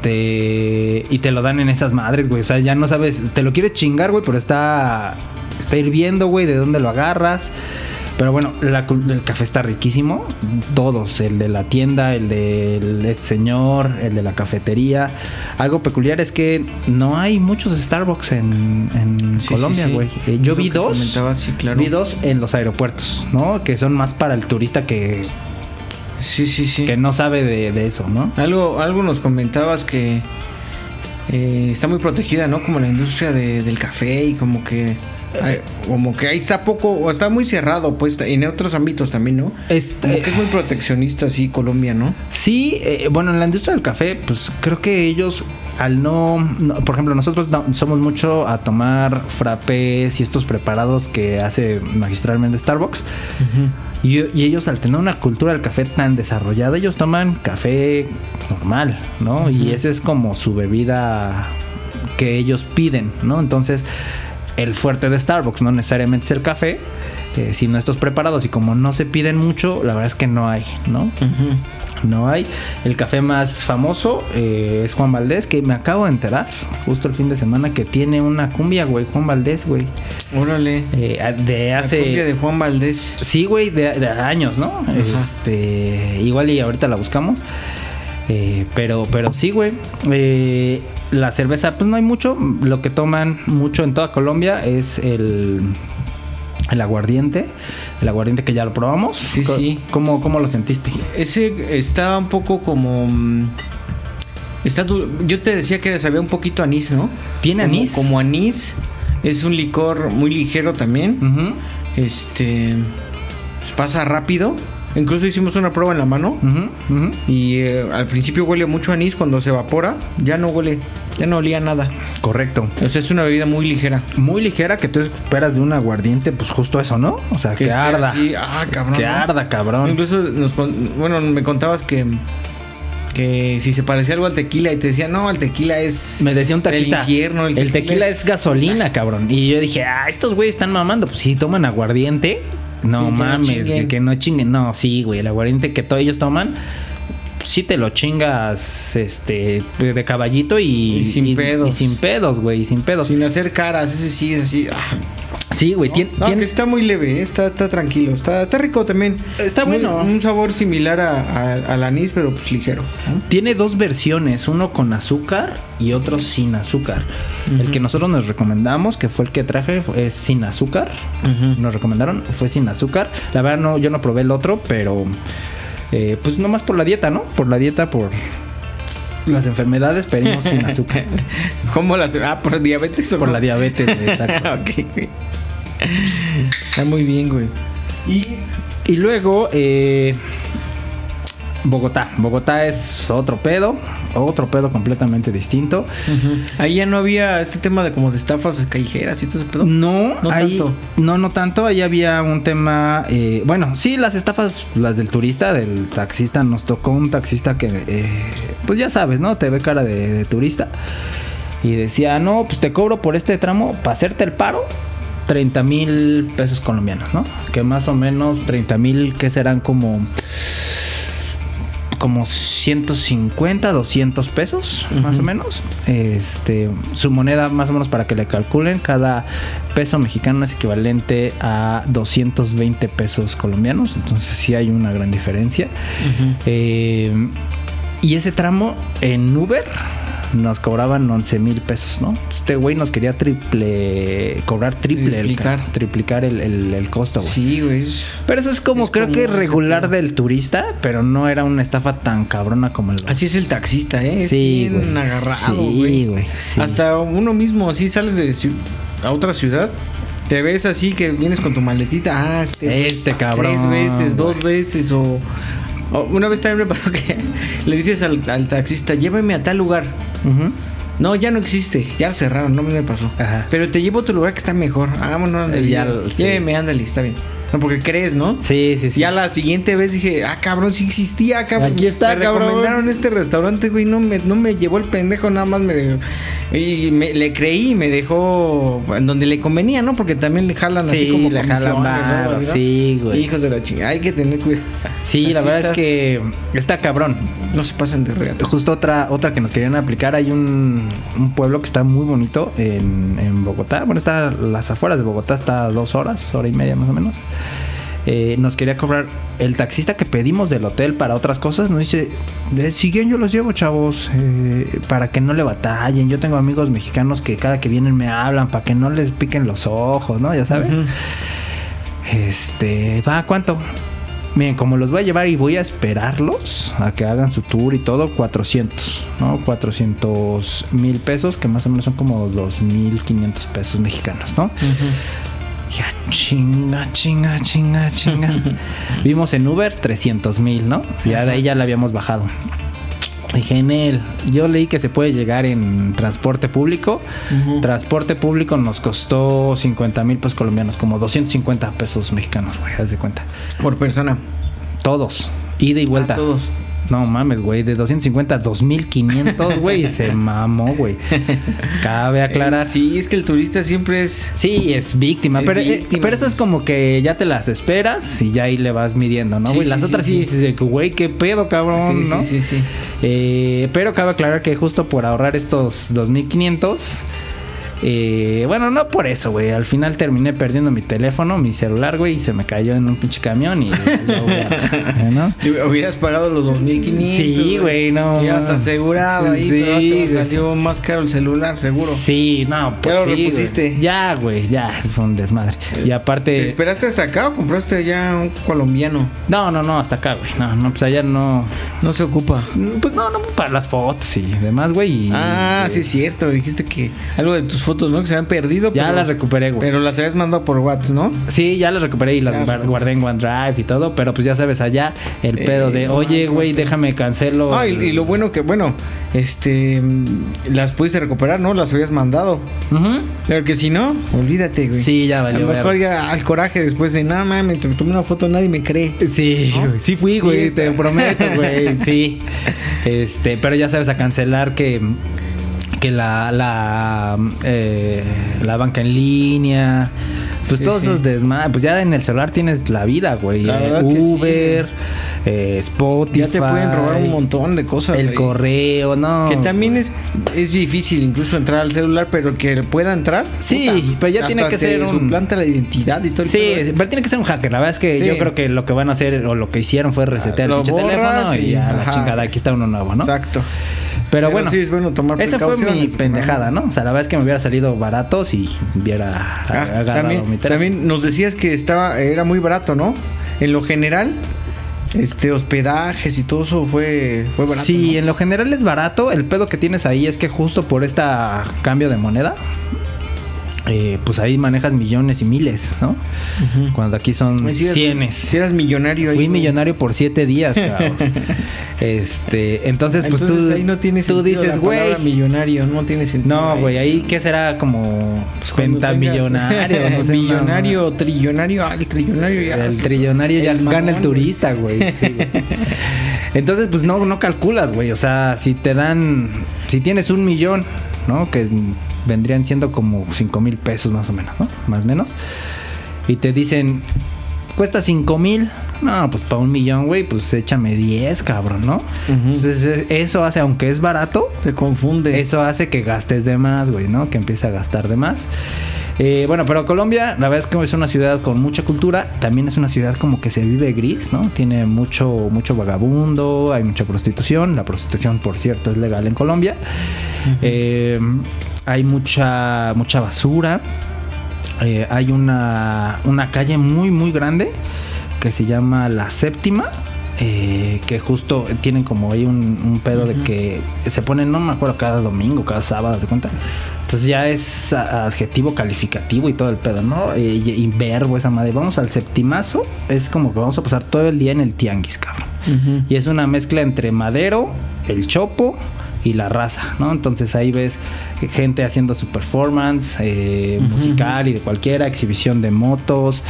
Este. Y te lo dan en esas madres, güey. O sea, ya no sabes. Te lo quieres chingar, güey, pero está. Está hirviendo, güey, de dónde lo agarras. Pero bueno, la cul- el café está riquísimo. Todos, el de la tienda, el del este señor, el de la cafetería. Algo peculiar es que no hay muchos Starbucks en, en
Sí,
Colombia,
sí, sí.
güey. Eh, yo
Es lo
vi
que
dos.
comentaba, sí, claro.
Vi dos en los aeropuertos, ¿no? Que son más para el turista que,
Sí, sí, sí.
que no sabe de, de eso, ¿no?
Algo, algo nos comentabas que eh, está muy protegida, ¿no? Como la industria de- del café y como que Ay, como que ahí está poco, o está muy cerrado, pues en otros ámbitos también, ¿no?
Este-
Como que es muy proteccionista, sí, Colombia, ¿no?
Sí, eh, bueno, en la industria del café, pues creo que ellos al no, no- por ejemplo, nosotros no- somos mucho a tomar frappés y estos preparados que hace magistralmente Starbucks. Y, y ellos al tener una cultura del café tan desarrollada, ellos toman café normal, ¿no? Y esa es como su bebida que ellos piden, ¿no? Entonces, el fuerte de Starbucks no necesariamente es el café, eh, sino estos preparados. Y como no se piden mucho, la verdad es que no hay, ¿no? No hay. El café más famoso eh, es Juan Valdés, que me acabo de enterar justo el fin de semana que tiene una cumbia, güey. Juan Valdés, güey.
Órale.
Eh, de
La cumbia
hace...
de Juan Valdés.
Sí, güey, de, de años, ¿no? Este, igual y ahorita la buscamos. Eh, pero, pero sí, güey. Eh, la cerveza, pues no hay mucho. Lo que toman mucho en toda Colombia es el, el aguardiente. El aguardiente que ya lo probamos.
Sí,
Co-
sí.
¿Cómo, cómo lo sentiste?
Ese está un poco como... mm, Está du- Yo te decía que sabía un poquito a anís, ¿no?
¿Tiene
Como-
anís?
Como anís. Es un licor muy ligero también.
Ujú,
Este... pues, pasa rápido. Incluso hicimos una prueba en la mano.
ujú, ujú.
Y eh, al principio huele mucho a anís, cuando se evapora ya no huele, ya no olía nada.
Correcto.
O sea, es una bebida muy ligera.
Muy ligera que tú esperas de un aguardiente, pues justo eso, ¿no? O sea, que,
esté
arda.
así, ah, cabrón.
que
¿no?
arda, cabrón.
Incluso nos con- bueno, me contabas que que si se parecía algo al tequila y te decía, "No, el tequila es
Me decía un taxista.
del infierno,
el, tequila, es... gasolina, cabrón. Y yo dije, ah, estos güeyes están mamando. Pues si toman aguardiente. No
Sí, que no
mames, que,
chinguen.
que no chinguen. No, sí, güey. El aguardiente que todos ellos toman. pues, Sí te lo chingas este de caballito y,
Y sin pedos.
y sin pedos, güey, y sin pedos.
sin hacer caras, ese sí es así. ah,
Sí, güey,
¿no?
tien-
No,
tien-
que está muy leve, eh, está está tranquilo, está está rico también.
Está
Muy-
bueno.
Un sabor similar a- a- al anís, pero pues ligero. ¿no?
Tiene dos versiones, uno con azúcar y otro sin azúcar. El que nosotros nos recomendamos, que fue el que traje, fue- es sin azúcar. Nos recomendaron, fue sin azúcar. La verdad no, yo no probé el otro, pero eh, pues nomás por la dieta, ¿no? Por la dieta, por las enfermedades pedimos sin azúcar.
¿Cómo las ah por diabetes o
Por
cómo?
la diabetes, exacto.
Ok, güey. Está muy bien, güey.
Y, y luego, eh, Bogotá. Bogotá es otro pedo, otro pedo completamente distinto.
Ahí ya no había este tema de como de estafas callejeras y todo ese pedo.
No,
No
ahí-
tanto.
No, no tanto. Ahí había un tema. eh, bueno, sí, las estafas, las del turista, del taxista. Nos tocó un taxista que, eh, pues ya sabes, ¿no? Te ve cara de, de turista. Y decía, no, pues te cobro por este tramo para hacerte el paro. 30 mil pesos colombianos, ¿no? Que más o menos 30 mil, que serán como. Como 150, 200 pesos, más o
Ujú.
menos. Este, su moneda, más o menos para que le calculen, cada peso mexicano es equivalente a 220 pesos colombianos. Entonces, sí hay una gran diferencia. Eh, y ese tramo en Uber nos cobraban 11 mil pesos, ¿no? Este güey nos quería triple, cobrar triple, el ca-
Triplicar.
triplicar el, el- el costo, güey.
Sí, güey. es-
Pero eso es como
Es
creo
común
que
ese
regular
pedo.
del turista, pero no era una estafa tan cabrona como el...
Así es el taxista, ¿eh? Es
Sí,
bien
güey.
agarrado,
Sí,
güey.
güey, sí.
Hasta uno mismo, así sales de ci- a otra ciudad, te ves así que vienes con tu maletita. Ah, este. güey,
Este cabrón,
Tres veces, dos
güey.
veces o. o Una vez también me pasó que le dices al, al taxista, llévame a tal lugar.
Ujú.
No, ya no existe. Ya lo cerraron, no me pasó.
Ajá.
Pero te llevo a otro lugar que está mejor. Vámonos, ándale.
Eh, ya, sí.
Lléveme, ándale, está bien. No, porque crees, ¿no?
Sí, sí, sí.
Ya la siguiente vez dije, ah, cabrón, sí existía, cabrón.
Aquí está,
me
cabrón.
recomendaron este restaurante, güey. No me, no me llevó el pendejo, nada más me dejó. Y me- le creí y me dejó en donde le convenía, ¿no? Porque también le jalan
Sí,
así como
le jalan
comisiones o algo
varo,
así, ¿no?
sí, güey.
Hijos de la chingada, hay que tener cuidado.
Sí, la verdad es
Taxistas,
que está cabrón.
No se pasen de regato.
Justo otra, otra que nos querían aplicar, hay un, un pueblo que está muy bonito en, en Bogotá. Bueno, está a las afueras de Bogotá, está a dos horas, hora y media más o menos. Eh, nos quería cobrar el taxista que pedimos del hotel para otras cosas. Nos dice: "De- Si bien yo los llevo, chavos, eh, para que no le batallen. Yo tengo amigos mexicanos que cada que vienen me hablan para que no les piquen los ojos, ¿no? Ya sabes.
Ujú.
Este, va, ¿cuánto? Miren, como los voy a llevar y voy a esperarlos a que hagan su tour y todo, 400, ¿no? 400 mil pesos, que más o menos son como 2.500 pesos mexicanos, ¿no? Ya, chinga, chinga, chinga, chinga. Vimos en Uber 300 mil, ¿no? Ya de ahí ya la habíamos bajado. Dije, en él, yo leí que se puede llegar en transporte público.
Ujú.
Transporte público nos costó 50 mil pesos colombianos, como 250 pesos mexicanos, güey, haz de cuenta.
Por persona.
Todos, ida y vuelta.
A Ah, todos.
No mames, güey, de 250 a 2500, güey, se mamó, güey. Cabe aclarar.
Eh, sí, es que el turista siempre es.
Sí, es víctima,
Es
pero, eh,
víctima.
pero eso es como que ya te las esperas y ya ahí le vas midiendo, ¿no,
Sí,
güey?
sí,
Las
sí,
otras
sí.
sí, dices, güey, qué pedo, cabrón,
sí,
¿no?
sí, sí, sí.
Eh, pero cabe aclarar que justo por ahorrar estos 2500, eh, bueno, no por eso, güey. Al final terminé perdiendo mi teléfono, mi celular, güey, y se me cayó en un pinche camión y. valió verga, ¿no?
Hubieras pagado los 2.500.
Sí, güey, no.
Hubieras asegurado ahí, pero
Sí,
te
güey.
salió más caro el celular, seguro.
Sí, no, pues
lo
sí, güey.
repusiste. Eh,
Ya, güey, ya, fue un desmadre. Y
¿Te
aparte,
esperaste hasta acá o compraste ya un colombiano?
no, no, no, hasta acá, güey. No, no, pues allá no.
No se ocupa.
Pues no, no, para las fotos y demás, güey. y-
Ah, sí es cierto, dijiste que algo de tus fotos, ¿no? Que se habían perdido.
Ya
pero-
las recuperé, güey.
Pero las habías mandado por WhatsApp, ¿no?
Sí, ya las recuperé y las
Ya las
guar- guardé en OneDrive y todo, pero pues ya sabes, allá el
Eh,
pedo de,
no,
oye,
no,
güey, déjame cancelo.
Ah, y, y lo bueno que, bueno, este, mm, las pudiste recuperar, ¿no? Las habías mandado.
Ujú.
Pero que si no, olvídate, güey.
Sí, ya
A
valió.
lo mejor
verga.
ya al coraje después de, no mames, me tomé una foto, nadie me cree.
Sí,
¿No?
güey, sí fui,
Y
güey,
esa.
te prometo, güey, sí. Este, pero ya sabes, a cancelar que, que la, la, eh, la banca en línea, pues
Sí,
todos
sí.
esos desmadres, pues ya en el celular tienes la vida, güey.
La
eh,
verdad que sí.
Uber, eh, Spotify.
Ya te pueden robar un montón de cosas.
El
ahí.
correo, no.
Que también es, es difícil incluso entrar al celular, pero que pueda entrar.
Sí, pero ya
hasta
tiene que
te
ser un-
suplanta la identidad y todo el
Sí,
pedo.
sí, pero tiene que ser un hacker. La verdad es que
Sí.
yo creo que lo que van a hacer o lo que hicieron fue resetear
lo
el pinche
borras
teléfono y,
y-
a la
ajá.
chingada, aquí está uno nuevo, ¿no?
Exacto.
Pero,
Pero
bueno,
sí es bueno tomar
esa fue mi
precauciones, porque
pendejada, ¿no? O sea, la verdad es que me hubiera salido barato si hubiera
Ah,
agarrado mi
también,
teléfono.
también nos decías que estaba era muy barato, ¿no? En lo general, este hospedajes y todo eso fue, fue barato.
sí,
¿no?
en lo general es barato. El pedo que tienes ahí es que justo por este cambio de moneda, eh, pues ahí manejas millones y miles, ¿no? Cuando aquí son
Mm. Y si eras-
cienes.
Si eras millonario ahí,
Fui
güey.
millonario por siete días, cabrón. este, entonces, pues
Entonces
tú,
ahí no tienes
tú dices, güey.
millonario, no tiene sentido.
No, güey, ahí que será como pues,
Cuando tengas-
pentamillonario, no sé,
millonario, trillonario, ah, el trillonario
una-
ya.
el trillonario ya
El
gana el
mamón,
turista, güey. sí, güey. Entonces, pues no, no calculas, güey. O sea, si te dan, si tienes un millón, ¿no? Que es- vendrían siendo como cinco mil pesos más o menos, ¿no? Más o menos. Y te dicen, cuesta cinco mil. No, pues para un millón, güey, pues échame 10, cabrón, ¿no? Entonces, e- eso hace, aunque es barato,
Te confunde.
eso hace que gastes de más, güey, ¿no? Que empiece a gastar de más. Eh, bueno, pero Colombia, la verdad es que es una ciudad con mucha cultura. También es una ciudad como que se vive gris, ¿no? Tiene mucho, mucho vagabundo, hay mucha prostitución. La prostitución, por cierto, es legal en Colombia. Eh, hay mucha, mucha basura. Eh, hay una, una calle muy, muy grande que se llama La Séptima. eh, que justo tienen como ahí un, un pedo de que se ponen, no me acuerdo, cada domingo, cada sábado, ¿se cuenta? Entonces ya es a- adjetivo calificativo y todo el pedo, ¿no? Eh, y, y verbo esa madre. Vamos al septimazo, es como que vamos a pasar todo el día en el tianguis, cabrón.
Ujú.
Y es una mezcla entre Madero, el Chopo y la raza, ¿no? Entonces ahí ves gente haciendo su performance eh,
Ujú.
musical y de cualquiera, exhibición de motos,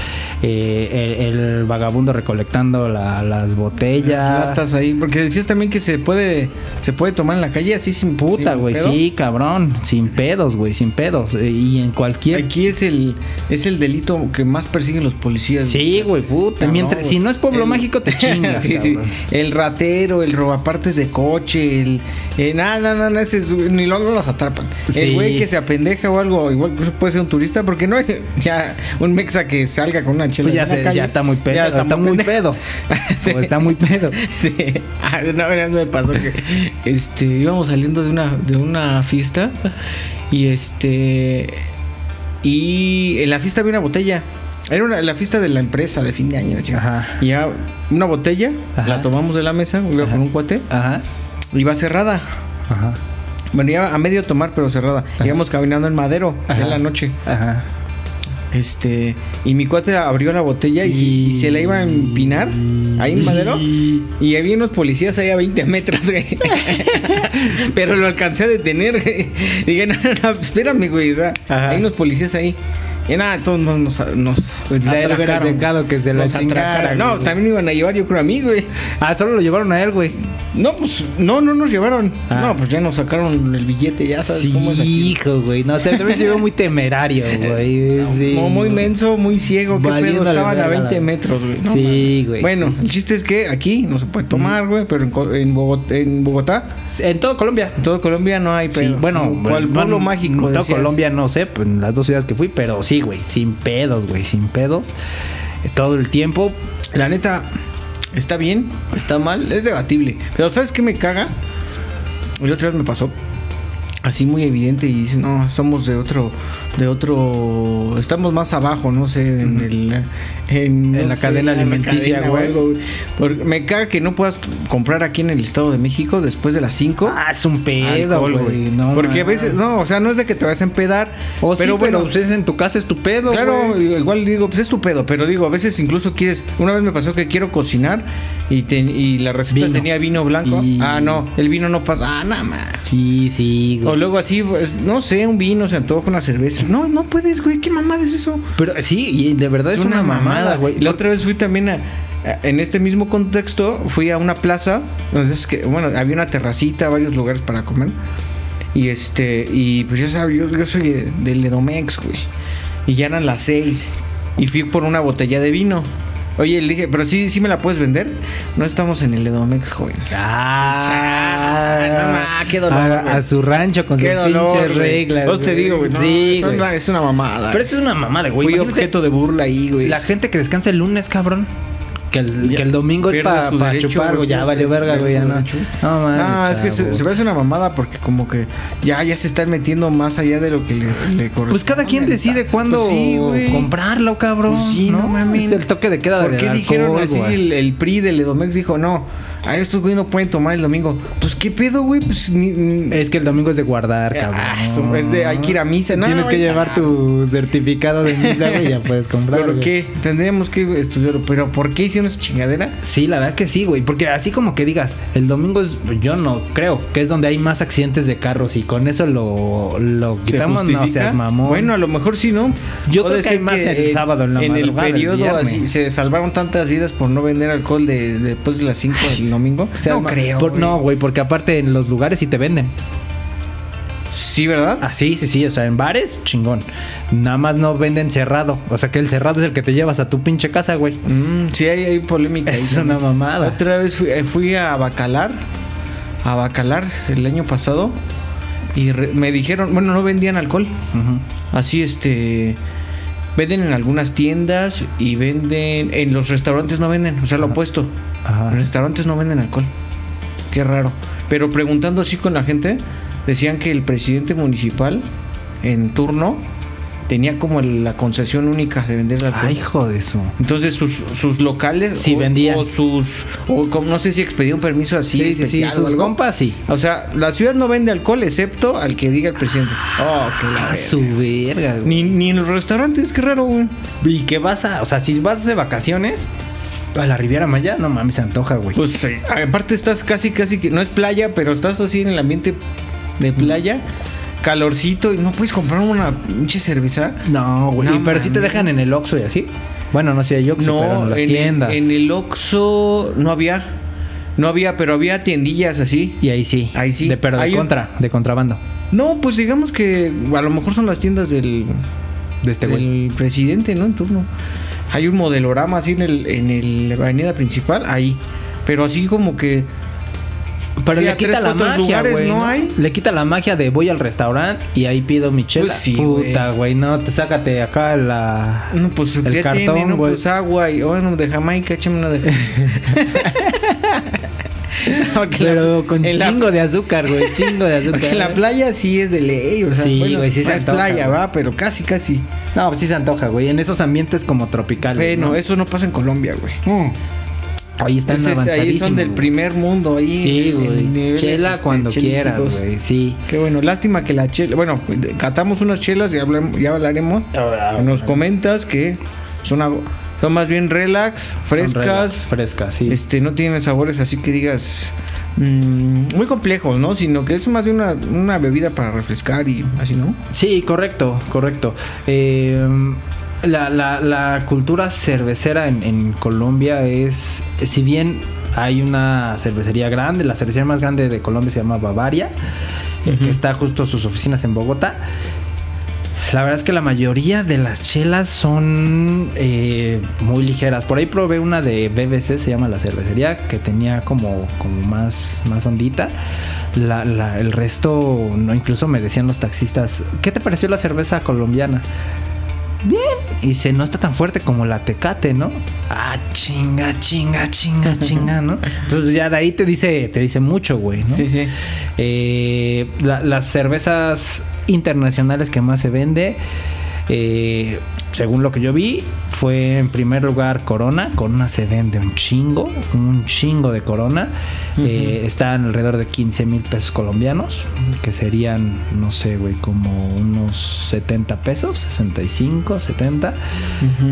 eh, el, el vagabundo recolectando la- las botellas.
Las latas ahí, porque decías también que se puede se puede tomar en la calle así sin
Puta,
sin
güey,
pedo.
sí, cabrón, sin pedos, güey, sin pedos. Eh, Y en cualquier...
Aquí es el es el delito que más persiguen los policías.
Sí, güey, puta.
Cabrón,
Mientras,
güey.
si no es Pueblo
El-
Mágico, te chingas.
sí, sí.
cabrón.
El ratero, el robapartes de coche, el. eh, nada, nada, nada, ese es- ni luego los atrapan.
Sí.
El güey que se apendeja o algo, igual incluso puede ser un turista, porque no hay ya un mexa que salga con una chela.
Pues ya,
en la
se-
calle,
ya está muy pedo.
ya
está, muy pedo.
Sí.
O está muy pedo.
Sí. Ah, Una vez me pasó que este íbamos saliendo de una de una fiesta y este y en la fiesta había una botella Era una- la fiesta de la empresa de fin de año. chica.
Ajá.
Y ya una botella,
Ajá.
la tomamos de la mesa, iba con un cuate,
Ajá.
iba cerrada.
Ajá.
Bueno, iba a medio tomar, pero cerrada. Íbamos caminando en madero
Ajá.
en la noche.
Ajá.
Este, y mi cuate abrió la botella y, se- y se la iba a empinar ahí en madero. Y había unos policías ahí a 20 metros, güey. Pero lo alcancé a detener, güey. Dije, no, no, no, espérame, güey. O sea,
Ajá.
hay unos policías ahí. Y nada, todos nos, nos, nos
Pues ya le hubiera
atracaron.
dejado que se la
Nos
chingara,
atracaron. No,
güey.
también me iban a llevar, yo creo, a mí, güey.
Ah, solo lo llevaron a él, güey.
No, pues, no, no nos llevaron.
Ah.
No, pues ya nos sacaron el billete, ya sabes cómo es aquí.
hijo, güey. No sé, también se vio muy temerario, güey. Sí.
Como muy menso, muy ciego, qué pedo.
Valiéndole
Estaban a
verga,
20
la-
metros, güey. No
Sí,
mames.
güey,
Bueno,
sí.
el chiste es que aquí no se puede tomar, güey, pero en, Co- en Bogot- en Bogotá,
En todo Colombia.
en todo Colombia no hay
Sí,
pedo.
bueno,
¿Cuál
bueno,
pueblo
no-
mágico?
no, todo
decías?
Colombia, no sé, pues, en las dos ciudades que fui, pero sí, güey, sin pedos, güey, sin pedos. Eh, Todo el tiempo.
La neta, ¿está bien? ¿Está mal? Es debatible. Pero ¿sabes qué me caga? El otro día me pasó. Así muy evidente y dices, no, somos de otro, de otro, estamos más abajo, no sé, en, el, en,
En
no
la cadena alimenticia,
cadena o
güey.
algo, Porque me caga que no puedas comprar aquí en el Estado de México después de las 5.
Ah, es un pedo, güey. no,
Porque a
no,
veces, no, o sea, no es de que te vas a empedar.
O sí, pero
bueno,
pues, es en tu casa es tu pedo,
Claro,
güey.
igual digo, pues es tu pedo, pero digo, a veces incluso quieres. Una vez me pasó que quiero cocinar y, ten- y la receta
Vino.
tenía vino blanco.
Y-
Ah, no, el vino no pasa. Ah, nada más.
Sí, sí,
O
güey.
luego así, pues, no sé, un vino se antoja una cerveza. No, no puedes, güey, ¿qué mamada es eso?
Pero sí, y de verdad es, una, mamada, güey.
La otra vez fui también a. a- En este mismo contexto, fui a una plaza. donde es que, bueno, había una terracita, varios lugares para comer. Y este, y pues ya sabes, yo, yo soy de- del Edomex, güey. Y ya eran las seis. Y fui por una botella de vino. Oye, le dije, pero sí, sí me la puedes vender. No estamos en el Edomex, joven.
Ah,
Chale, no ma, qué dolor,
A,
güey.
a su rancho con sus Pues pinches
güey.
reglas.
Vos te digo, güey. no,
Sí,
es,
güey.
una, es una mamada.
Pero eso es una mamada, güey.
fui
Imagínate
objeto de burla ahí, güey.
La gente que descansa el lunes, cabrón. Que el,
Ya,
que el domingo es
pierde
para
su derecho,
chupar, güey.
güey,
Ya
pierde
valió
su-
verga, güey. Ya
pierde
no.
su derecho.
No mames,
Ah, es que se,
chavo.
se me hace una mamada porque como que ya, ya se están metiendo más allá de lo que le, le corresponde.
Pues cada quien decide cuándo
Pues sí, güey.
comprarlo, cabrón.
Pues sí, no mames.
Es el toque de queda
¿Por
del
qué
alcohol,
dijeron así?
güey.
El, el PRI del Edomex dijo, no, a estos güey no pueden tomar el domingo. Pues qué pedo, güey. Pues ni- ni-
Es que el domingo es de guardar, cabrón.
Ah, su- es de- hay que ir a misa. No,
Tienes que
esa-
llevar tu certificado de misa, güey, y ya puedes comprar.
¿Pero
güey.
qué? Tendríamos que estudiar. ¿Pero por qué hicieron esa chingadera?
Sí, la verdad que sí, güey. Porque así como que digas, el domingo es, yo no creo que es donde hay más accidentes de carros y con eso lo, lo
¿Se
quitamos. No
justifica?
seas mamón.
Bueno, a lo mejor sí, ¿no?
Yo
Puede
creo que
ser
hay más el
eh,
sábado en la
el
madrugada, el
periodo
viernes.
así se salvaron tantas vidas por no vender alcohol de, después de las 5 del domingo.
O sea,
no
ma-
creo.
por-
güey.
no, güey, porque aparte en los lugares sí te venden.
Sí, ¿verdad?
Ah, sí, sí, sí. O sea, en bares, chingón. Nada más no venden cerrado. O sea, que el cerrado es el que te llevas a tu pinche casa, güey.
Mm, sí, hay, hay polémica. ahí
Es
también.
una mamada.
Otra vez fui, eh, fui a Bacalar, a Bacalar el año pasado y re- me dijeron, bueno, no vendían alcohol.
Ujú.
Así este venden en algunas tiendas y venden en los restaurantes no venden, o sea, lo opuesto.
Ajá.
En restaurantes no venden alcohol. Qué raro. Pero preguntando así con la gente, decían que el presidente municipal en turno tenía como el- la concesión única de vender el alcohol.
Ay, hijo de eso.
Entonces sus, sus locales
Sí, vendían.
o sus o como- no sé si expedía un permiso así especial o
sus
algo.
compas, sí.
O sea, la ciudad no vende alcohol excepto al que diga el presidente. Oh, qué la
A
verga.
Ah, su verga, güey.
Ni, ni en los restaurantes, qué raro, güey.
Y que vas a, o sea, si vas de vacaciones a la Riviera Maya, no mames, se antoja, güey.
Pues sí, aparte estás casi, casi que no es playa, pero estás así en el ambiente de playa, calorcito y no puedes comprar una pinche cerveza.
no, güey.
No
Y pero si te
mames.
dejan en el Oxxo y así. Bueno, no sé, hay Oxxo, pero
No,
en las
en,
tiendas.
El, en el Oxxo no había. No había, pero había tiendillas así.
Y ahí sí.
Ahí sí.
De, pero de
Hay un-
contra, de contrabando.
No, pues digamos que a lo mejor son las tiendas del,
De este güey.
del presidente, ¿no? En turno. Hay un modelorama así en el, en el avenida principal, ahí. Pero así como que
Pero
Sí,
le
a
quita
tres,
la
cuatro
magia,
lugares
güey,
no
¿no?
hay.
Le quita la magia de voy al restaurante y ahí pido mi chela.
Pues sí,
Puta, güey, no, te sácate acá la...
No, pues
El
ya
cartón,
tiene, no,
güey.
pues agua y bueno, de Jamaica, échame una de Jamaica. Porque la-
Pero con
en la-
chingo de azúcar, güey. Chingo de azúcar.
Porque en la playa sí es de ley, o sea,
Sí, güey, sí
no
se
es
antoja,
playa,
güey.
va, pero casi, casi.
No, pues sí se antoja, güey. En esos ambientes como tropicales.
Bueno,
¿no?
eso no pasa en Colombia, güey.
Mm. Ahí están
Es Hmm. este, ahí
avanzadísimos,
son del
güey.
primer mundo, ahí.
Sí,
en- en
güey.
niveles,
Chela
este,
cuando quieras,
chelísticos.
güey. Sí.
Qué bueno, lástima que la chela. Bueno, catamos unas chelas y hablamos, ya hablaremos.
Ah,
Nos comentas que son, algo- son más bien relax,
Son
frescas.
relax, frescas, sí.
Este, no tienen sabores así que digas mm, muy complejos, ¿no? Sino que es más bien una, una bebida para refrescar y así, ¿no?
Sí, correcto, correcto. Eh, la, la- la cultura cervecera en, en Colombia es, si bien hay una cervecería grande, la cervecería más grande de Colombia se llama Bavaria, eh, que está justo sus oficinas en Bogotá. La verdad es que la mayoría de las chelas son eh, muy ligeras. Por ahí probé una de BBC, se llama la cervecería, que tenía como, como más, más ondita. La- la- el resto, no, incluso me decían los taxistas, ¿qué te pareció la cerveza colombiana? Y dice, no está tan fuerte como la tecate, ¿no? Ah, chinga, chinga, chinga, chinga, ¿no? Entonces ya de ahí te dice, te dice mucho, güey, ¿no?
sí.
Eh, la- las cervezas internacionales que más se vende, eh, según lo que yo vi, fue en primer lugar Corona. Corona se vende un chingo, un chingo de Corona. Eh, están alrededor de 15 mil pesos colombianos, que serían, no sé, güey, como unos 70 pesos, 65, 70.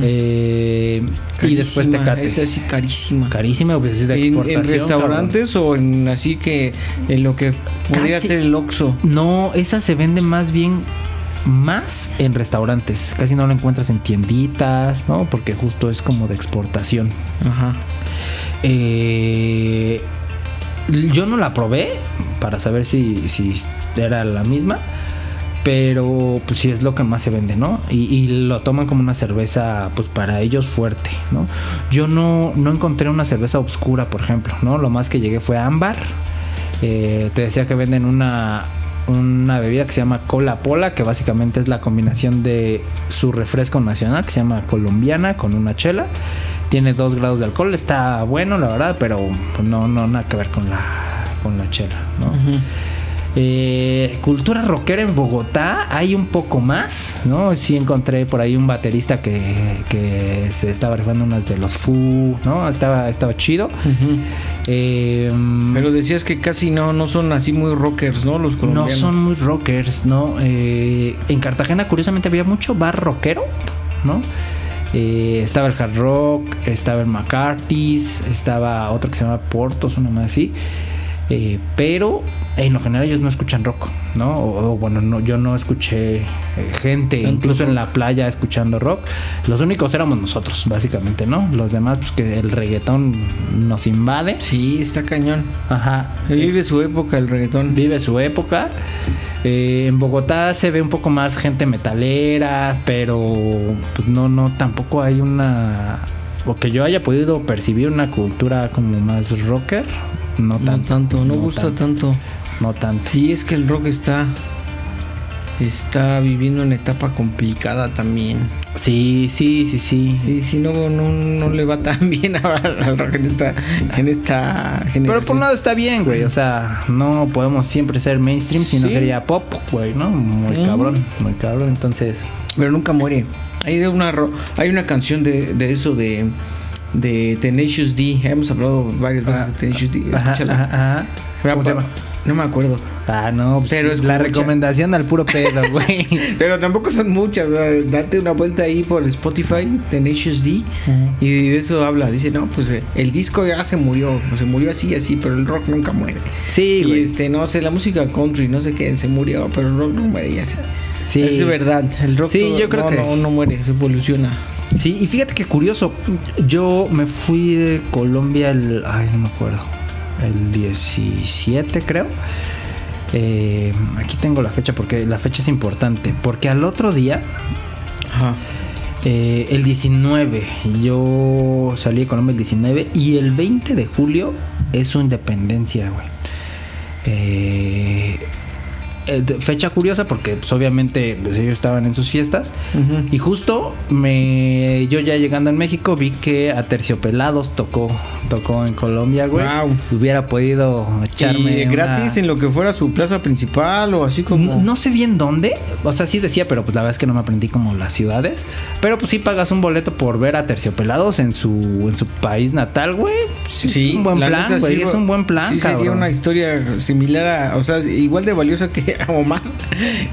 Eh, y después
Carísima,
Tecate.
Es así carísima.
Carísimo, pues es de
En- en,
exportación. cabrón.
restaurantes o en así que en lo que podría
Casi.
ser el Oxxo.
No, esa se vende más bien más en restaurantes. Casi no la encuentras en tienditas, ¿no? Porque justo es como de exportación.
Ajá.
Eh, yo no la probé para saber si, si era la misma. Pero pues sí es lo que más se vende, ¿no? Y, y lo toman como una cerveza, pues para ellos fuerte, ¿no? Yo no, no encontré una cerveza oscura, por ejemplo, ¿no? Lo más que llegué fue ámbar. Eh, te decía que venden una, una bebida que se llama Cola Pola, que básicamente es la combinación de su refresco nacional, que se llama colombiana, con una chela. Tiene dos grados de alcohol, está bueno, la verdad, pero pues, no, no, nada que ver con la, con la chela, ¿no? Eh, cultura rockera en Bogotá hay un poco más, ¿no? Sí encontré por ahí un baterista que, que se estaba rifando unas de los Foo, ¿no? Estaba, estaba chido. Eh,
Pero decías que casi no, no son así muy rockers, ¿no? Los
no
colombianos.
son muy rockers, ¿no? Eh, en Cartagena, curiosamente, había mucho bar rockero, ¿no? Eh, estaba el Hard Rock, estaba el McCarthy's, estaba otro que se llama Portos, una más así. Eh, pero en lo general ellos no escuchan rock, ¿no? O, o, bueno, no, yo no escuché eh, gente,
Tanto
incluso en
rock.
la playa escuchando rock. Los únicos éramos nosotros, básicamente, ¿no? Los demás, pues que el reggaetón nos invade.
Sí, está cañón.
Ajá.
Vive su época el reggaetón.
vive su época. Eh, en Bogotá se ve un poco más gente metalera, pero pues no, no, tampoco hay una, o que yo haya podido percibir una cultura como más rocker, no tanto.
no tanto, no, gusta
tanto,
tanto.
No tanto.
Sí, es que el rock está está viviendo una etapa complicada también.
Sí, sí, sí, sí.
Sí, sí, no, no, no le va tan bien ahora al rock en esta, en esta generación.
Pero por un lado está bien, güey. O sea, no podemos siempre ser mainstream, si no
Sí.
sería pop, güey, ¿no? Muy
Mm.
cabrón, muy cabrón. Entonces,
Pero nunca muere. Hay de una ro- hay una canción de, de eso de de Tenacious D. Hemos hablado varias veces de Tenacious D.
Ah, ajá,
Escúchala.
ajá, ajá. ¿Cómo se llama?
No me acuerdo.
Ah, no, pues
Pero
sí,
es
la
mucha-
recomendación al puro pedo, güey.
Pero tampoco son muchas. o sea, date una vuelta ahí por Spotify, Tenacious D. Y de eso habla. Dice, no, pues eh, el disco ya se murió. Se murió así, así, pero el rock nunca muere.
Sí,
y
güey.
este, no sé, la música country, no sé qué, se murió, pero el rock no muere y así.
Sí.
Es verdad, el rock
Sí,
todo-
yo creo
no,
que-
no, no muere, se evoluciona.
Sí, y fíjate que curioso. Yo me fui de Colombia el. Ay, no me acuerdo. El 17, creo. Eh, aquí tengo la fecha porque la fecha es importante. Porque al otro día,
Ajá.
eh, el 19, yo salí de Colombia el 19 y el 20 de julio es su independencia, güey. Eh, eh, de- fecha curiosa porque pues, obviamente pues, ellos estaban en sus fiestas.
Ujú.
Y justo me yo ya llegando en México vi que a Terciopelados tocó tocó en Colombia, güey.
Wow.
Hubiera podido echarme
Y
una-
gratis en lo que fuera su plaza principal o así como.
no, no sé bien dónde, o sea, sí decía, pero pues la verdad es que no me aprendí como las ciudades. Pero pues sí pagas un boleto por ver a Terciopelados en su en su país natal, güey. Sí, es un buen
la
plan,
neta,
güey,
sí,
es un buen plan,
Sí, sería
cabrón.
una historia similar a, o sea, igual de valiosa que o más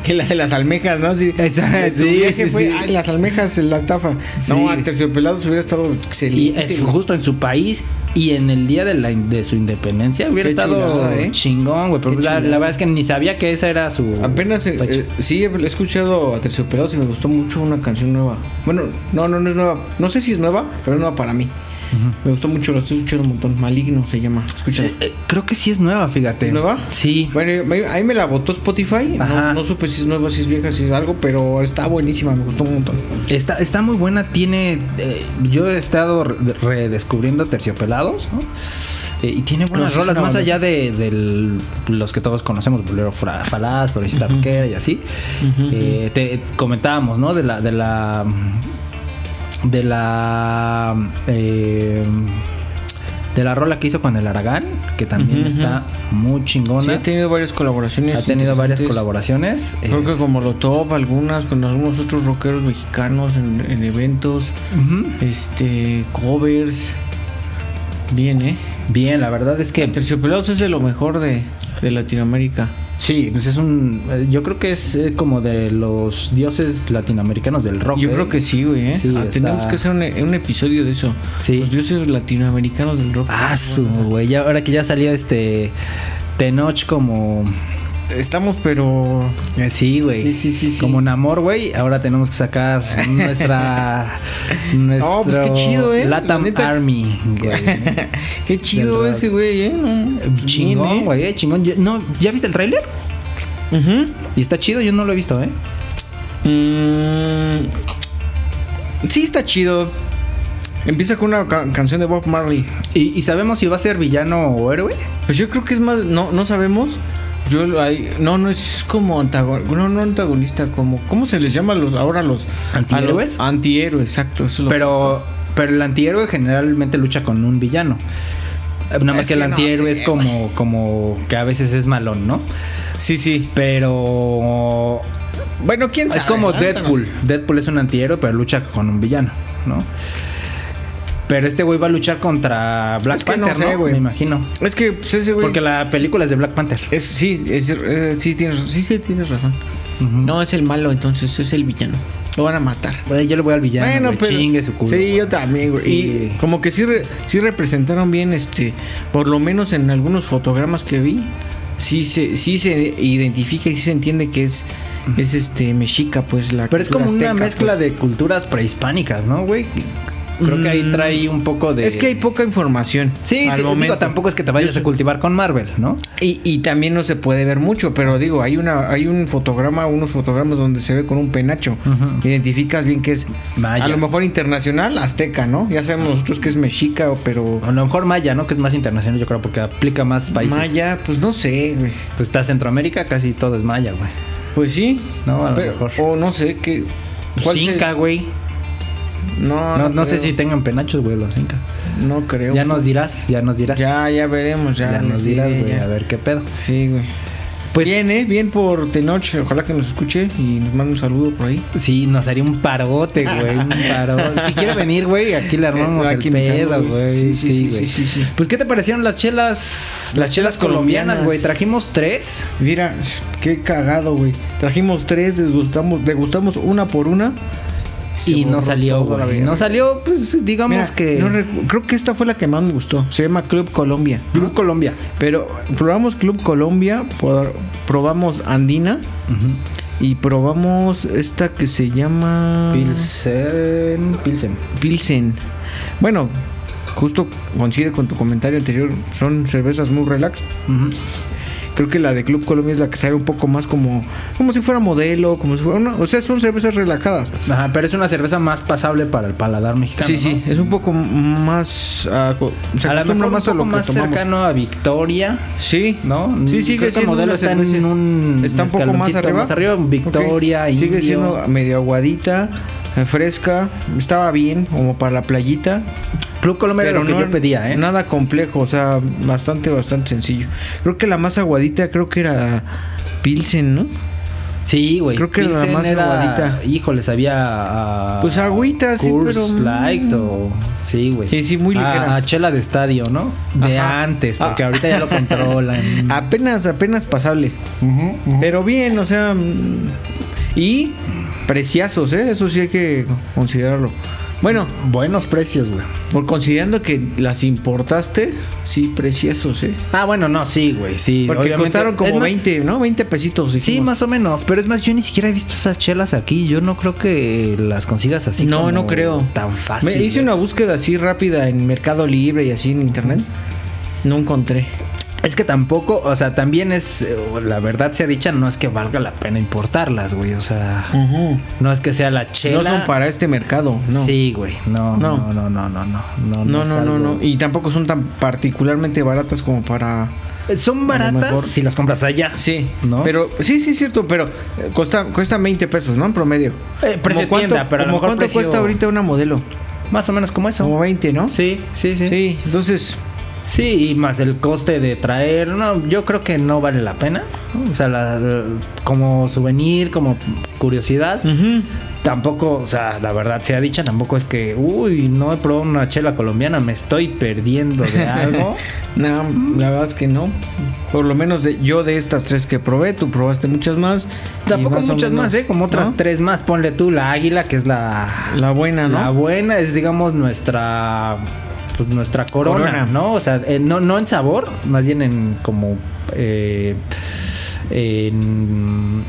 que la de las almejas, ¿no? Sí,
Exacto,
que tu
sí,
viaje
sí,
fue,
sí.
"Ay, las almejas, la estafa. No, a terciopelados hubiera estado
Y
excelente.
es justo en su país y en el día de, la, de su independencia hubiera
Qué
estado
chulada, ¿eh?
chingón, güey. Pero
Qué
la, la
chulada.
verdad es que ni sabía que esa era su.
Apenas, eh,
fecha.
eh, sí, he he escuchado a terciopelados y me gustó mucho una canción nueva. Bueno, no, no, no es nueva. No sé si es nueva, pero es nueva para mí.
Ujú.
Me gustó mucho, la estoy escuchando un montón. Maligno se llama. Escúchala.
Eh, eh, creo que sí es nueva, fíjate.
¿Es nueva?
Sí.
Bueno, me- ahí me la botó Spotify.
Ajá.
No, no supe si es nueva, si es vieja, si es algo, pero está buenísima, me gustó un montón.
Está, está muy buena, tiene. eh, yo he estado re- redescubriendo Terciopelados, ¿no? Eh, y tiene buenas
No, sí,
rolas,
sí,
más
no,
allá de, del- los que todos conocemos, Bolero Fra- Falaz, Florecita Roquera y así. Eh, te comentábamos, ¿no? De la. De la. De la. eh, de la rola que hizo con el Aragán, que también
Ujú,
está muy chingona.
Sí, ha tenido varias colaboraciones.
ha tenido varias
interesantes.
colaboraciones.
Creo que
Es-
como lo top, algunas con algunos otros rockeros mexicanos en, en eventos,
Ujú.
este, covers. Bien, ¿eh?
Bien, la verdad es que.
Terciopelados es de lo mejor de, de Latinoamérica.
Sí, pues es un. eh, Yo creo que es eh, como de los dioses latinoamericanos del rock.
Yo
¿eh?
creo que sí, güey, ¿eh?
Sí,
Ah,
está-
Tenemos que hacer un, un episodio de eso. Pues
Sí.
Los dioses latinoamericanos del rock.
Ah, su, güey. ya- Ahora que ya salió este. Tenoch como.
Estamos, pero.
eh, sí, güey.
Sí, sí, sí, sí.
Como Namor, güey. Ahora tenemos que sacar nuestra.
No, pues, qué
nuestro
chido, ¿eh?
Latam
La neta-
Army, güey.
Qué chido
rock.
ese güey, ¿eh? No, bien,
chingón,
¿eh?
güey. eh, Chingón. Yo- no, ¿Ya viste el tráiler?
Ujú.
Y está chido, yo no lo he visto, ¿eh?
Mm, sí, está chido. Empieza con una ca- canción de Bob Marley.
¿Y, y sabemos si va a ser villano o héroe?
Pues yo creo que es más. No, no sabemos. Yo lo- ahí- no, no es como antagonista. No, no antagonista, como. ¿Cómo se les llama a los, ahora a los a los-
¿Antihéroes?
Antihéroes, exacto. eso es lo-
Pero, pero el antihéroe generalmente lucha con un villano. Eh, Nada más
Es
que el
que no
antihéroe
sé,
es como, como que a veces es malón, ¿no?
Sí, sí.
Pero
Bueno, quién sabe.
es como
La neta no
Deadpool.
sé.
Deadpool es un antihéroe, pero lucha con un villano, ¿no? Pero este güey va a luchar contra Black
Es que no
Panther,
sé,
¿no?
güey.
Me imagino.
Es que pues, ese güey.
Porque la película es de Black Panther.
es- sí, es- eh, sí, tienes, sí, sí, tienes razón.
Ujú.
No, es el malo, entonces es el villano. Lo van a matar.
Güey, yo le voy al villano.
Bueno,
güey,
pero.
chingue su culo.
sí,
güey.
yo también, güey.
Sí.
Y como que sí, re- sí representaron bien, este. Por lo menos en algunos fotogramas que vi. Sí se, sí se identifica y sí se entiende que es. Es este. Mexica, pues la.
Pero es como una mezcla
pues.
de culturas prehispánicas, ¿no, güey? Creo que ahí
Mm.
trae un poco de.
Es que hay poca información.
Sí,
al
sí, digo,
momento.
tampoco es que te vayas a cultivar con Marvel, ¿no?
Y, y también no se puede ver mucho, pero digo, hay una hay un fotograma, unos fotogramas donde se ve con un penacho.
Ujú.
Identificas bien que es
Maya.
a lo mejor internacional, azteca, ¿no? Ya sabemos nosotros que es mexica, o- pero
A lo mejor Maya, ¿no? Que es más internacional, yo creo, porque aplica más países.
maya, pues no sé, güey.
Pues está Centroamérica, casi todo es Maya, güey.
Pues sí,
No, a lo
pero-
mejor.
O no sé qué.
Pues
se-
Inca, güey.
No,
No, no sé
creo.
si tengan penachos, güey, los Inca.
No creo.
Ya nos dirás, ya nos dirás.
ya, ya veremos, ya.
Ya nos
sí,
dirás, güey,
ya.
a ver qué pedo.
Sí, güey.
Pues
bien, eh, bien por Tenoch, ojalá que nos escuche y nos mande un saludo por ahí.
sí, nos haría un parote, güey. Un parote. si quiere venir, güey, aquí le armamos
Eh,
el
aquí invitamos,
pedo,
güey.
güey.
Sí, sí, sí,
güey.
sí, sí, sí.
Pues, ¿qué te parecieron las chelas? Las chelas colombianas,
colombianas.
güey. Trajimos tres.
Mira, qué cagado, güey. Trajimos tres, degustamos, degustamos una por una. Se
y no
borró
salió,
todo la
güey.
verga.
No salió, pues digamos
Mira,
que.
no recu- creo que esta fue la que más me gustó. Se llama Club Colombia.
Club Colombia.
Pero probamos Club Colombia, por- probamos Andina y probamos esta que se llama
Pilsen. Pilsen.
Pilsen. Bueno, justo coincide con tu comentario anterior. Son cervezas muy relax. Creo que la de Club Colombia es la que sabe un poco más como, como si fuera modelo, como si fuera una. O sea, son cervezas relajadas.
Ajá, pero es una cerveza más pasable para el paladar mexicano.
sí,
¿no?
sí, es un poco más. ah, co- se
a lo
acostumbra
mejor
más
más,
a
un
lo
poco
que
más
tomamos.
cercano a Victoria,
Sí,
¿no?
Sí, sigue
Mm, Creo que
siendo
modelo
una
está
cerveza.
en un
Está un poco más
escaloncito
arriba.
Victoria,
Ok. Sigue
Indio.
siendo medio aguadita, eh, fresca. Estaba bien, como para la playita.
Club Colombia era lo que yo pedía, ¿eh?
Nada complejo, o sea, bastante, bastante sencillo. Creo que la más aguadita, creo que era Pilsen, ¿no?
Sí, güey.
Creo que era la
Pilsen
más aguadita.
Híjole, sabía a...
Pues agüita, sí,
Coors
pero- mm.
Light o... Sí, güey.
Sí, sí, muy
A-
ligera.
A, chela de estadio, ¿no? De
Ajá.
antes, porque
Ah.
ahorita ya lo controlan.
Apenas, apenas pasable. Pero bien, o sea. mm, Y preciazos, ¿eh? Eso sí hay que considerarlo. Bueno,
Buenos precios, güey.
por considerando que las importaste, sí, preciosos, ¿eh?
Ah, bueno, no, sí, güey, sí.
Porque
obviamente.
costaron
Es
como
más-
20, ¿no? 20 pesitos.
Sí,
dijimos.
más o menos. Pero es más, yo ni siquiera he visto esas chelas aquí. Yo no creo que las consigas así.
no,
como
no creo.
Tan fácil.
Me hice
güey.
una búsqueda así rápida en Mercado Libre y así en internet. No encontré.
Es que tampoco, o sea, también es, eh, la verdad sea dicha, no es que valga la pena importarlas, güey. O sea, no es que sea la chela.
No son para este mercado, no.
Sí, güey. No,
No.
no, no, no, no, no. No,
No,
es
no, no,
algo-
no. Y tampoco son tan particularmente baratas como para.
Eh, Son
a lo mejor-
baratas si las compras allá.
Sí,
¿No?
Pero sí, sí, es cierto, pero eh, costa, cuestan 20 pesos, ¿no? En promedio.
Eh, precio
¿Cómo cuánto,
tienda, pero a lo
cómo
mejor
cuánto
precio-
cuesta ahorita una modelo?
Más o menos como eso.
Como 20, ¿no?
Sí, sí, sí, sí.
Sí, entonces.
y más el coste de traer. No, yo creo que no vale la pena. O sea, la- como souvenir, como curiosidad. Tampoco, o sea, la verdad sea dicha, tampoco es que, uy, no he probado una chela colombiana, me estoy perdiendo de algo.
No, la verdad es que no. Por lo menos de, yo de estas tres que probé, tú probaste muchas más. y
tampoco
más o
muchas
menos,
más, ¿eh? Como otras
¿no?
tres más. Ponle tú la águila, que es la,
La buena, ¿no?
la buena, es digamos nuestra pues, nuestra corona,
Corona.
¿no? O sea, eh, no, no en sabor, más bien en como eh, en,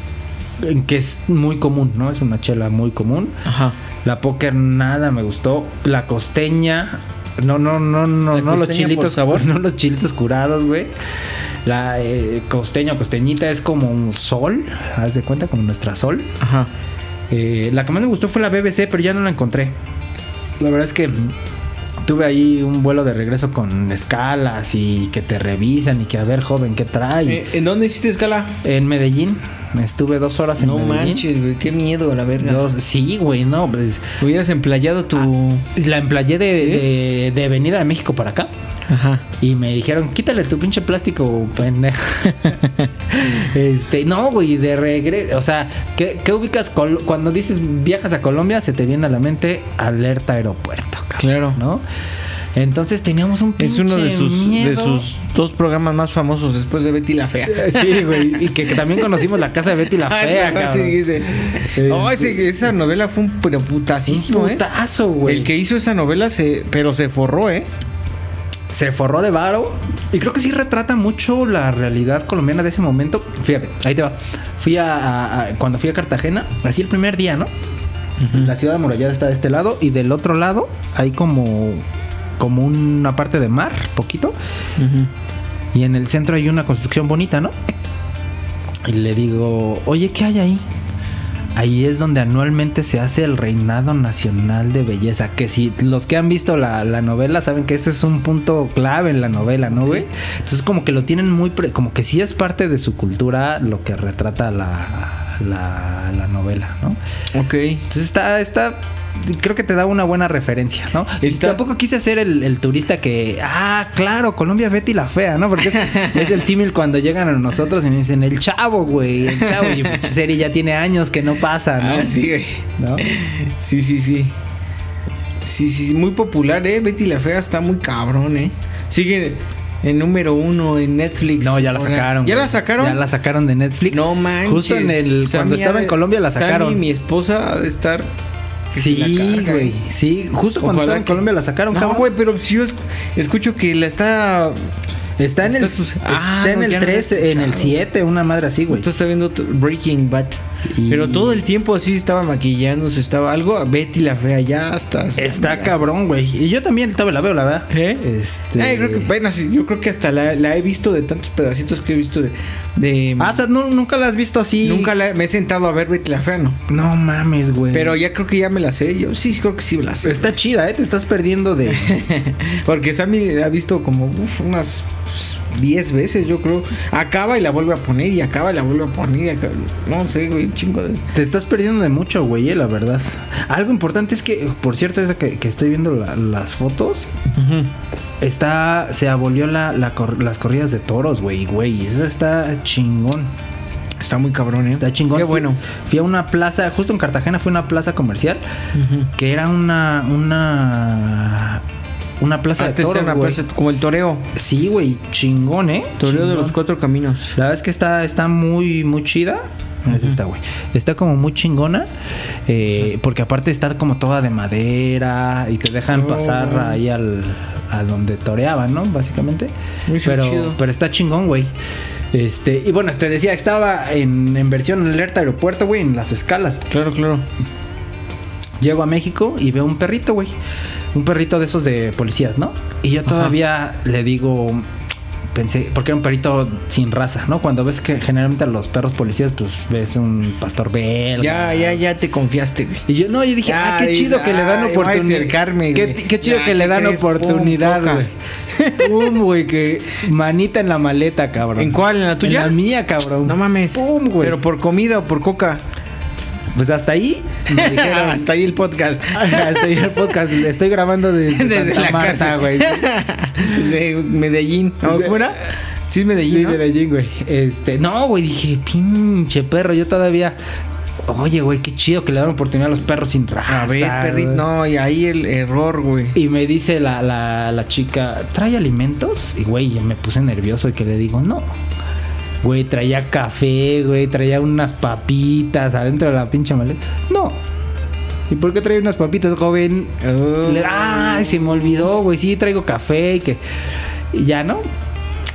en que es muy común, ¿no? Es una chela muy común.
Ajá.
La póker nada me gustó. La costeña. No, no, no, no,
La
no los
costeña por
chilitos
sabor.
No los chilitos curados, güey. La eh, costeña o costeñita es como un sol. Haz de cuenta, como nuestra sol.
Ajá.
Eh, la que más me gustó fue la BBC, pero ya no la encontré. La verdad es que mm, tuve ahí un vuelo de regreso con escalas y que te revisan y que a ver, joven, ¿qué trae?
Eh, ¿En dónde hiciste escala?
En Medellín. Estuve dos horas en
No
Medellín.
manches, güey, qué miedo, la verga.
Dos, sí, güey, no, pues
Hubieras emplayado tu.
La emplayé de,
¿Sí?
de, de Avenida de México para acá.
Ajá.
Y me dijeron, quítale tu pinche plástico, pendejo. este, no, güey, de regreso. O sea, ¿qué, qué ubicas? Col- Cuando dices viajas a Colombia, se te viene a la mente alerta aeropuerto, cabrón,
Claro.
¿no? Entonces teníamos un
Es
pinche
uno de sus, de
miedo.
sus dos programas más famosos después de Betty la Fea.
Eh, Sí, güey. Y que, que también conocimos la casa de Betty la Fea,
Ah, sí,
cabrón. Este,
dijiste. No, ese- esa novela fue un pero putasísimo,
un
¿eh?
putazo, güey.
El que hizo esa novela, se, pero se forró, ¿eh?
se forró de varo. Y creo que sí retrata mucho la realidad colombiana de ese momento. Fíjate, ahí te va. Fui a, a- a- cuando fui a Cartagena, así el primer día, ¿no? La ciudad amurallada está de este lado y del otro lado hay como como una parte de mar, poquito, y en el centro hay una construcción bonita, ¿no? Y le digo, "Oye, ¿qué hay ahí?" Ahí es donde anualmente se hace el Reinado Nacional de Belleza. Que si los que han visto la, la novela saben que ese es un punto clave en la novela, ¿no, güey? Entonces como que lo tienen muy... pre- como que sí es parte de su cultura lo que retrata la, la, la novela, ¿no?
Ok.
Entonces está... está Creo que te da una buena referencia, ¿no? Y
Está-
tampoco quise ser el, el turista que, ah, claro, Colombia Betty la fea, ¿no? Porque es, es el símil cuando llegan a nosotros y me dicen, el chavo, güey, el chavo. Y pinche serie ya tiene años que no pasa, ¿no?
Ah, sí, güey.
¿No?
Sí, sí, sí. Sí, sí, sí, muy popular, ¿eh? Betty la Fea está muy cabrón, ¿eh? Sigue en número uno en Netflix.
No, ya la
Ahora-
sacaron.
¿Ya
güey.
la sacaron?
Ya la sacaron de Netflix.
No manches.
Justo en el
Sammy
cuando
ha
estaba
de-
en Colombia la
Sammy,
sacaron.
mi esposa ha de estar. que se la
Sí,
carga, eh.
güey. Sí, justo cuando
Ojalá
estaba en
que-
Colombia la sacaron.
No,
cabrón.
güey, pero si yo esc- escucho que la está
Está en el,
Estás-
está
Ah,
en
no,
el
ya no lo he
3, en el
escuchado.
7, una madre así, güey.
Tú estás viendo tu- Breaking Bad.
Y-
Pero todo el tiempo así estaba maquillándose, estaba algo. Betty la fea ya hasta.
Está cabrón, güey. Y yo también todavía la veo, la verdad.
¿Eh?
Este-
Ay, creo que apenas, yo creo que hasta la, la he visto de tantos pedacitos que he visto de. de-
Ah, o sea, nu- nunca la has visto así.
Nunca la- me he sentado a ver Betty la fea, no.
No mames, güey.
Pero ya creo que ya me la sé. Yo sí, sí creo que sí me la sé.
está chida, ¿eh? Te estás perdiendo de.
Porque Sammy la ha visto como uf, unas pues, 10 veces, yo creo. Acaba y la vuelve a poner, y acaba y la vuelve a poner. y acaba- No sé, güey, un chingo de.
Te estás perdiendo de mucho, güey, eh, la verdad. Algo importante es que, por cierto, es que, que estoy viendo la- las fotos. Está. Se abolió la, la cor- las corridas de toros, güey, güey. Eso está chingón.
Está muy cabrón, ¿eh?
Está chingón.
Qué
Fui-
bueno.
Fui a una plaza, justo en Cartagena, fue una plaza comercial. Que era una. Una. Una plaza
Antes
de
era
toros.
una
güey.
plaza- como el toreo.
Sí, güey, chingón, ¿eh?
Toreo de
Chingón.
los cuatro caminos.
La verdad es que está, está muy, muy chida. Es esta, güey. Está como muy chingona. eh, porque aparte está como toda de madera. Y te dejan
Oh.
pasar ahí al, a donde toreaban, ¿no? Básicamente.
Muy
pero,
chido.
pero está chingón, güey. Este, y bueno, te decía que estaba en, en versión alerta aeropuerto, güey, en las escalas.
Claro, claro.
Llego a México y veo un perrito, güey. Un perrito de esos de policías, ¿no? Y yo todavía le digo, pensé, porque era un perrito sin raza, ¿no? Cuando ves que generalmente a los perros policías, pues ves un pastor belga.
Ya, ya, ya te confiaste, güey.
Y yo, no, yo dije, ah, qué
Ay,
chido que le dan
ay, voy a
oportunidad.
acercarme,
Qué,
güey.
qué chido
Ya,
que le
¿qué
dan
crees? Pum,
oportunidad,
poca.
güey. Pum, güey, que manita en la maleta, cabrón.
¿En cuál? ¿En la tuya?
En la mía, cabrón.
No mames.
Pum, güey.
Pero por comida o por coca.
pues hasta ahí me dijeron,
Hasta ahí el podcast.
Ah, estoy, en el podcast, estoy grabando desde,
Desde
Santa
la
Marta,
cárcel.
güey.
De Medellín. ¿No? ¿Cómo era? Sí, es Medellín.
Sí,
¿no?
Medellín, güey. Este, no, güey, dije, pinche perro, yo todavía. Oye, güey, qué chido que le dan oportunidad a los perros sin raza.
A ver, perrito.
güey.
No, y ahí el error, güey.
Y me dice la, la, la chica, ¿trae alimentos? Y güey, ya me puse nervioso y que le digo, no. Güey, traía café, güey, traía unas papitas adentro de la pinche maleta. No. ¿Y por qué traía unas papitas, joven?
Oh.
Le- Ay, se me olvidó, güey. Sí, traigo café y que. Y ya, ¿no?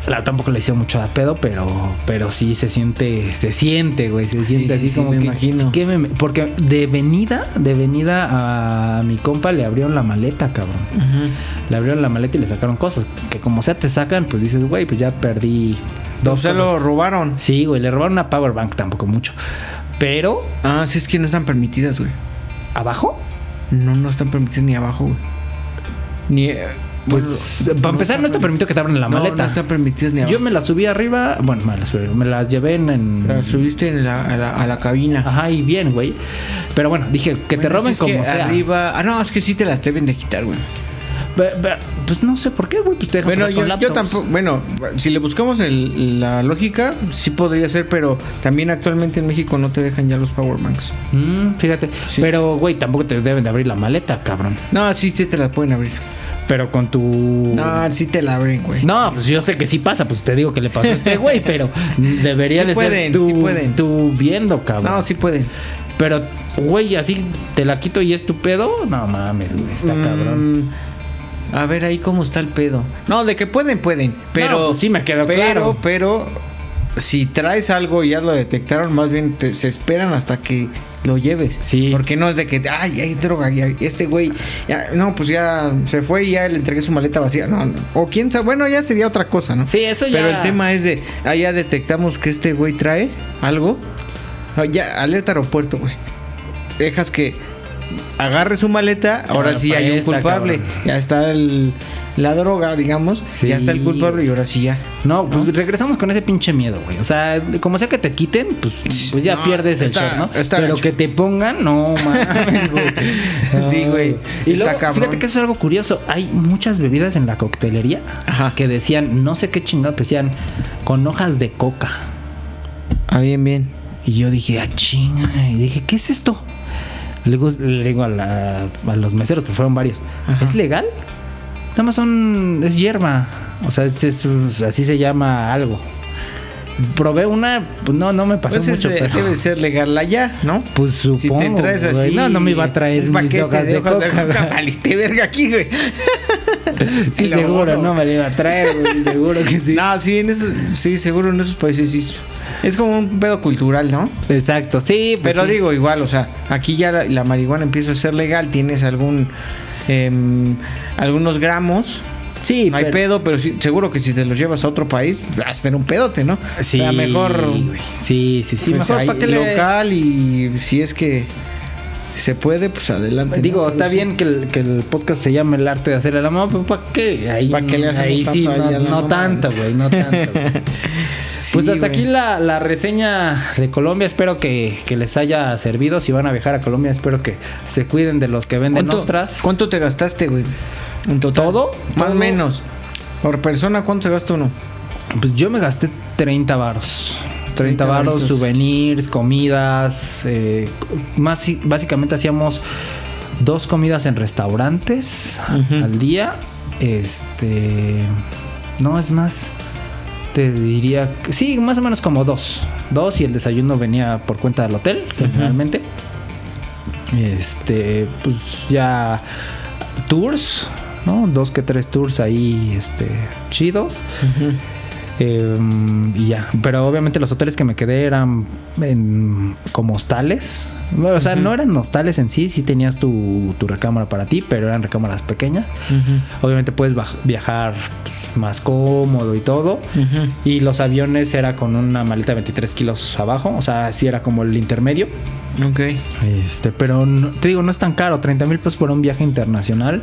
La, tampoco le hizo mucho a pedo, pero, pero sí se siente, se siente, güey. Se siente
sí,
así
sí,
como
me
que.
imagino.
¿qué me- porque de venida, de venida a mi compa le abrieron la maleta, cabrón.
Ajá.
Le abrieron la maleta y le sacaron cosas. Que como sea te sacan, pues dices, güey, pues ya perdí
O
dos
sea,
cosas.
Pues lo robaron.
Sí, güey, le robaron una power bank tampoco mucho. Pero,
Ah, sí, es que no están permitidas, güey.
¿abajo?
No, no están permitidas ni abajo, güey. Ni. eh,
Pues,
bueno,
para empezar, no te
están
permitió que te abran la
No,
maleta.
No, están permitidas ni abajo.
Yo me las subí arriba, bueno, me las, subí, me las llevé en... en-
La subiste en la- a, la, a la cabina.
Ajá, y bien, güey. Pero bueno, dije, que te
Bueno,
roben
si es
como
que
sea.
Arriba. Ah, no, es que sí te las deben de quitar, güey.
Pe- pe- pues no sé por qué, güey, pues te dejan
Bueno,
pasar con
yo, yo
laptops.
tampoco. Bueno, si le buscamos el- la lógica, sí podría ser, pero también actualmente en México no te dejan ya los powerbanks.
Mm, fíjate.
Sí.
Pero, güey, tampoco te deben de abrir la maleta, cabrón.
No, sí, sí te las pueden abrir.
Pero con tu...
No, sí te la abren, güey.
No, pues yo sé que sí pasa, pues te digo que le pasó a este güey, pero debería
Sí
de
pueden,
ser tú,
sí pueden.
tú viendo, cabrón.
No, sí pueden.
Pero, güey, así te la quito y es tu pedo. No mames, güey, está cabrón.
Mm, A ver ahí cómo está el pedo. No, de que pueden, pueden. Pero
No, pues sí me quedó
pero,
claro.
Pero si traes algo y ya lo detectaron, más bien te- se esperan hasta que lo lleves.
Sí.
Porque no es de que, ay, hay droga, ya, este güey, ya, no, pues ya se fue y ya le entregué su maleta vacía. No, no. O quién sabe, bueno, ya sería otra cosa, ¿no?
Sí, eso ya.
Pero el tema es de, ah, ya detectamos que este güey trae algo. Ah, Ya, alerta aeropuerto, güey. Dejas que agarre su maleta, ahora
Ah,
sí hay un
presta,
culpable.
cabrón.
Ya está el, la droga, digamos.
Sí.
Ya está el culpable y ahora sí ya.
No, pues regresamos con ese pinche miedo, güey. O sea, de- como sea que te quiten, pues, pues ya
No,
pierdes el
está-
show, ¿no?
está
Pero
gacho.
que te pongan, no mames, güey.
Sí, güey.
Y
Está
luego,
cabrón.
fíjate que eso es algo curioso. Hay muchas bebidas en la coctelería
Ajá.
que decían, no sé qué chingado, que decían, con hojas de coca.
Ah, bien, bien.
Y yo dije, ah, chinga. Y dije, ¿qué es esto? Luego le digo a, la- a los meseros, pues fueron varios.
Ajá.
¿Es legal? Nada más son. Es hierba. O sea, es- es- así se llama algo. Probé una, pues no, no me pasó
Pues
mucho,
es, eh,
pero.
debe ser legal allá, ¿no?
Pues supongo.
Si te traes
güey.
así.
No, no me iba a traer
un
mis
paquete
hojas de, coca. güey.
valiste verga aquí, güey.
Sí,
lo
seguro,
borro.
no me lo iba a traer, güey. Seguro que sí.
No, sí, en eso, sí, seguro en esos países sí. es- Es como un pedo cultural, ¿no?
Exacto, sí, pues
Pero
sí.
digo, igual, o sea, aquí ya la, la marihuana empieza a ser legal, tienes algún em, algunos gramos,
Sí,
no hay
pero-
pedo, pero sí- seguro que si te los llevas a otro país, vas a tener un pedote, ¿no?
Sí,
O sea, mejor
güey. Sí, sí, sí.
pues,
mejor
ahí
para que le.
local y si es que se puede, pues adelante. ¿no?
Digo, está
Pero sí.
bien que el, que el podcast se llame El arte de hacer el amor, pero ¿para qué? Ahí,
¿Para qué le hacemos
ahí
tanto
sí,
ahí
no,
a la
no
mamá?
tanto, güey, no tanto. güey.
Sí,
Pues hasta
güey.
aquí la, la reseña de Colombia. Espero que, que les haya servido. Si van a viajar a Colombia, espero que se cuiden de los que venden
¿Cuánto,
ostras.
¿Cuánto te gastaste, güey? En total.
¿Todo?
Más o
Todo.
menos. Por persona, ¿cuánto se gasta uno?
Pues yo me gasté 30 varos.
30
30 varos,
varitos.
souvenirs, comidas. eh, más, básicamente hacíamos dos comidas en restaurantes
Ujú.
al día. Este. No, es más. Te diría. que- Sí, más o menos como dos. Dos y el desayuno venía por cuenta del hotel, generalmente. Este. Pues ya. Tours, ¿no? Dos que tres tours ahí, este. Chidos. Em, y ya. Pero obviamente los hoteles que me quedé eran en- como hostales. Bueno, o sea, no eran hostales en sí, sí tenías tu, tu recámara para ti, pero eran recámaras pequeñas. Obviamente puedes baj- viajar pues, más cómodo y todo. Y los aviones era con una maleta de 23 kilos abajo, o sea, así era como el intermedio.
Ok.
Este, pero no- te digo, no es tan caro, 30 mil pesos por un viaje internacional.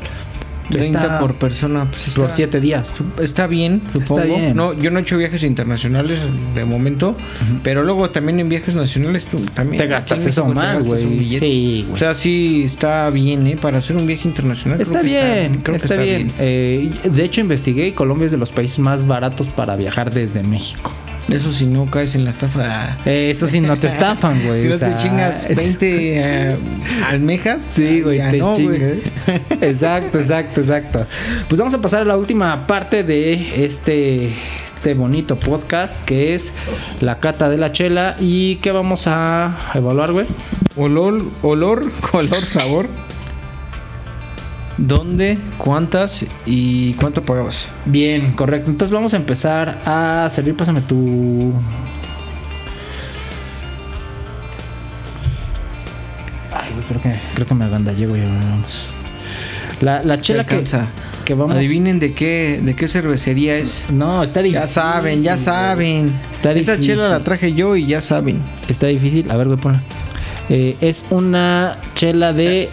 30
Está
por persona. Pues está,
por 7 días.
Está bien, supongo.
bien.
No, yo no he hecho viajes internacionales de momento, pero luego también en viajes nacionales tú también.
Te
aquí
gastas
en
eso
México te
más,
gastas un
güey.
billete.
Sí, güey.
O sea, sí está bien, ¿eh? Para hacer un viaje internacional.
Está
creo que
bien,
creo que
está, bien. Eh, de hecho, investigué y Colombia es de los países más baratos para viajar desde México.
Eso si no caes en la estafa.
Eh, eso sí, no te estafan, güey.
si
o
no te
sea,
chingas
es-
20 eh, almejas.
Sí, güey,
ya
te
no, güey.
chingas. Exacto, exacto, exacto. Pues vamos a pasar a la última parte de este, este bonito podcast que es la cata de la chela y que vamos a evaluar, güey.
Olor, olor, color, sabor. ¿Dónde? ¿Cuántas? ¿Y cuánto pagabas?
Bien, correcto. Entonces vamos a empezar a servir. Pásame tu. Ay, güey, creo que, creo que me agandallé, güey. Vamos. La, la chela que,
alcanza.
que vamos.
Adivinen de qué, de qué cervecería es.
No, está difícil.
Ya saben, ya
güey.
saben.
Está
Esta
difícil.
chela la traje yo y ya saben.
Está difícil. A ver, güey, ponla. Eh, es una chela de.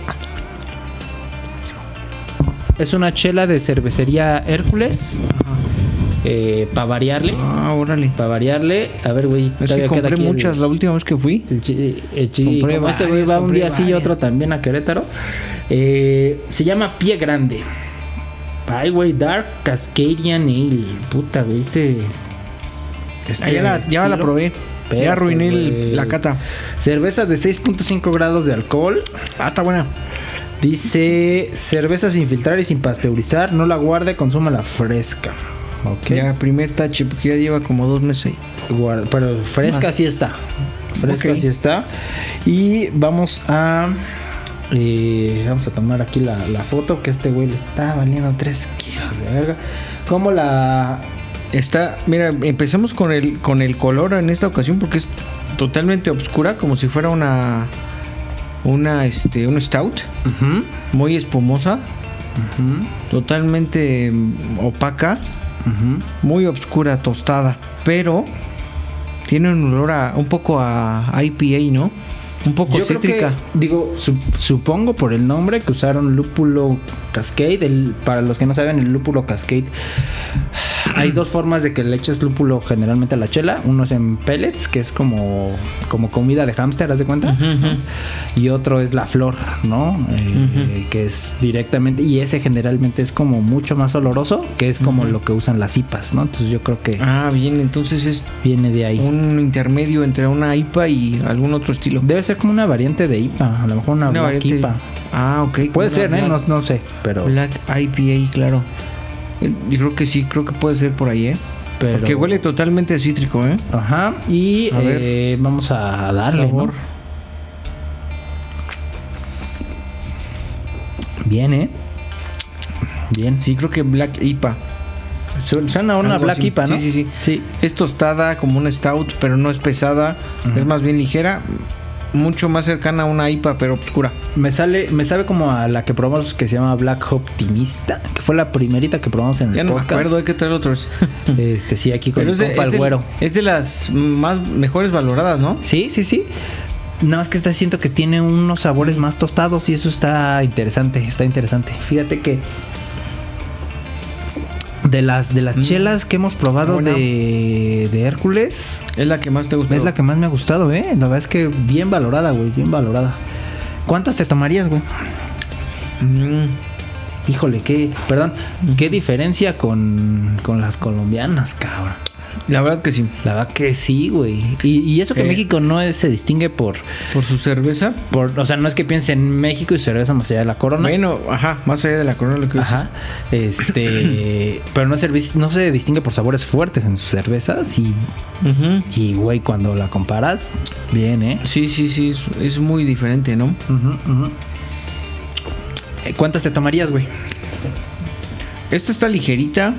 Es una chela de cervecería Hércules. eh, para variarle.
Ah, órale.
Para variarle, a ver, güey.
Es
todavía
que
queda
compré
aquí el-
muchas la última vez que fui.
el chi- el chi-
Compré
como este güey
varias,
va un
compré
día así y
varias.
otro también a Querétaro. Eh, se llama Pie Grande. Ay, güey, Dark Cascadian Ale. Puta, güey, este. este
Ah, ya la, ya la
estilo.
probé.
Espérate,
ya arruiné el-
güey.
la cata.
Cerveza de 6.5 grados de alcohol.
Ah, está buena.
Dice cerveza sin filtrar y sin pasteurizar. No la guarde, consuma la fresca. Ok.
Ya, primer tache, porque ya lleva como dos meses ahí.
Guarda- pero fresca
Ah.
sí está. Fresca
Ok.
sí está. Y vamos a. eh, vamos a tomar aquí la, la foto que este güey le está valiendo 3 kilos de verga. Como la.
Está, mira, empecemos con el, con el color en esta ocasión porque es totalmente oscura, como si fuera una, una, este, un stout, muy espumosa, totalmente mm, opaca, muy oscura, tostada, pero tiene un olor a, un poco a IPA, ¿no? Un poco
Yo creo que,
cítrica.
digo, sup- supongo por el nombre que usaron lúpulo cascade. El- para los que no saben, el lúpulo cascade. Hay dos formas de que le eches lúpulo generalmente a la chela. Uno es en pellets, que es como, como comida de hámster, ¿haz de cuenta? y otro es la flor, ¿no? Eh, Que es directamente, y ese generalmente es como mucho más oloroso, que es como lo que usan las IPAs, ¿no? Entonces yo creo que
Ah, bien, entonces es
viene de ahí.
un intermedio entre una IPA y algún otro estilo.
Debe ser como una variante de IPA, a lo mejor una,
Una
Black
variante-
IPA.
Ah, ok. como
Puede
una
ser, ¿eh?
Black-
No, no sé, pero...
Black IPA, claro. Eh, Yo creo que sí, creo que puede ser por ahí, ¿eh?
pero-
Porque huele totalmente a cítrico, ¿eh?
Ajá, y
A ver.
eh, vamos a darle, ¿no?
Sabor.
Bien, ¿eh? Bien.
Sí, creo que Black IPA.
Su- Suena una
Algo
Black
así.
IPA, ¿no?
Sí, sí, sí.
Sí.
Es tostada como una stout, pero no es pesada.
Ujú.
Es más bien ligera. Mucho más cercana a una IPA, pero oscura.
Me sale, me sabe como a la que probamos que se llama Black Optimista, que fue la primerita que probamos en el
Ya no me
podcast.
acuerdo, hay que traer otros.
Este, sí, aquí con
pero
el
es de,
compa
es
el
de-
güero.
es de las más mejores valoradas, ¿no?
Sí, sí, sí. Nada más que está siento que tiene unos sabores más tostados y eso está interesante, está interesante. Fíjate que de las de las
Mm.
chelas que hemos probado
Buena.
de, de Hércules
Es la que más te gusta.
es la que más me ha gustado, eh. La verdad es que bien valorada, güey, bien valorada. ¿Cuántas te tomarías, güey?
Mm,
Híjole, qué, perdón, qué diferencia con, con las colombianas, cabrón.
La verdad que sí.
La verdad que sí, güey. Y, y eso que
Eh.
México no es- se distingue por,
Por su cerveza.
por- O sea, no es que piense en México y cerveza más allá de la corona.
Bueno, ajá, más allá de la corona lo que
Ajá. Este. pero no, servi- no se distingue por sabores fuertes en sus cervezas. Y,
Ujú.
y, güey, cuando la comparas, bien, ¿eh?
Sí, sí, sí, es, es muy diferente, ¿no?
Ujú, ujú. Eh, ¿Cuántas te tomarías, güey?
Esta está ligerita.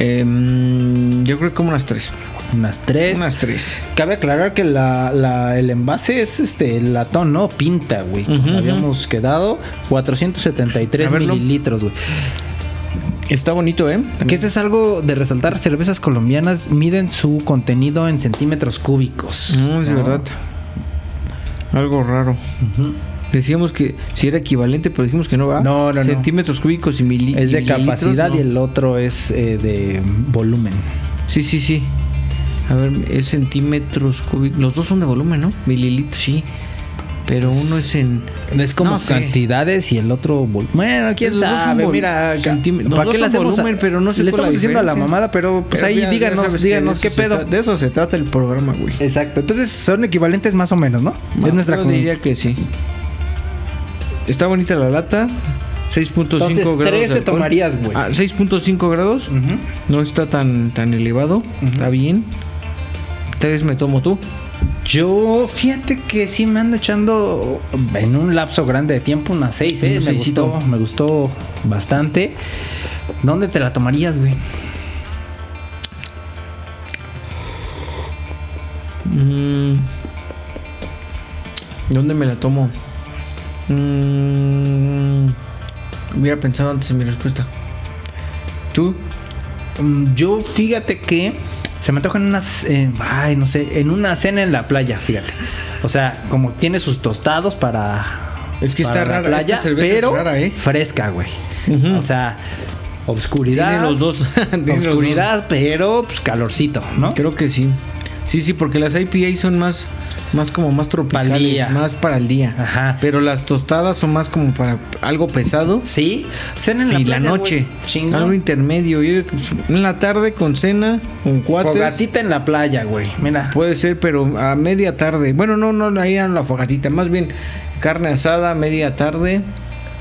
Em, yo creo que como unas tres.
Unas tres.
Unas tres.
Cabe aclarar que la, la- el envase es este el latón, ¿no? Pinta, güey. como
Ujú, ujú.
Habíamos quedado 473
A verlo.
mililitros, güey.
Está bonito, ¿eh?
Que eso es algo de resaltar. Cervezas colombianas miden su contenido en centímetros cúbicos.
No, Mm, es de
¿no?
verdad. Algo raro.
Ujú.
Decíamos que si era equivalente, pero dijimos que no va.
No, no, no.
Centímetros cúbicos y mililitros.
Es de capacidad y el otro es eh, de volumen.
Sí, sí, sí. A ver, es centímetros cúbicos. Los dos son de volumen, ¿no? Mililitros, sí. Pero uno es en.
Es como
No sé.
cantidades y el otro vol- Bueno, quién
Los dos son
sabe.
vol-
Mira,
centím- los
¿para
dos
qué le
son
hacemos a-
volumen, pero no sé
Le
cuál
estamos
la
diciendo a la
diferencia.
mamá, pero pues
Pero
ahí
ya- ya
díganos,
sabes que
díganos
de
qué
eso se
pedo. Eh,
tra- de eso se trata el programa, güey.
Exacto. Entonces son equivalentes más o menos, ¿no?
Yo
es nuestra comun-
diría que sí. Está bonita la lata. 6.5 grados.
Entonces,
de
tres te
alcohol.
tomarías, güey.
Ah, 6.5 grados.
Ujú.
No está tan, tan elevado. Está bien. Tres me tomo tú.
Yo, fíjate que sí me ando echando en un lapso grande de tiempo unas seis, ¿eh?
Un
me
seisito.
gustó, me gustó bastante. ¿Dónde te la tomarías, güey?
Mm. ¿Dónde me la tomo? Mm. Hubiera pensado antes en mi respuesta. ¿Tú?
Mm, Yo, fíjate que se me antojan unas, eh, ay, no sé, en una cena en la playa, fíjate. O sea, como tiene sus tostados para.
Es que
para
está
la
rara,
playa,
esta cerveza es
pero
rara, ¿eh?
fresca, güey.
Ujú.
O sea, obscuridad.
Tiene los dos. Tiene los dos.
Obscuridad, pero pues, calorcito, ¿no?
Creo que sí. Sí, sí, porque las IPA son más, más como más tropicales,
Pa'l día.
más para el día.
Ajá.
Pero las tostadas son más como para algo pesado.
Sí, cena en la
y la
playa,
noche,
güey. Chingón.
algo intermedio. Yo digo que, pues, en la tarde con cena, con cuates.
Fogatita en la playa, güey. Mira.
Puede ser, pero a media tarde. Bueno, no, no, ahí a la fogatita. Más bien carne asada, media tarde.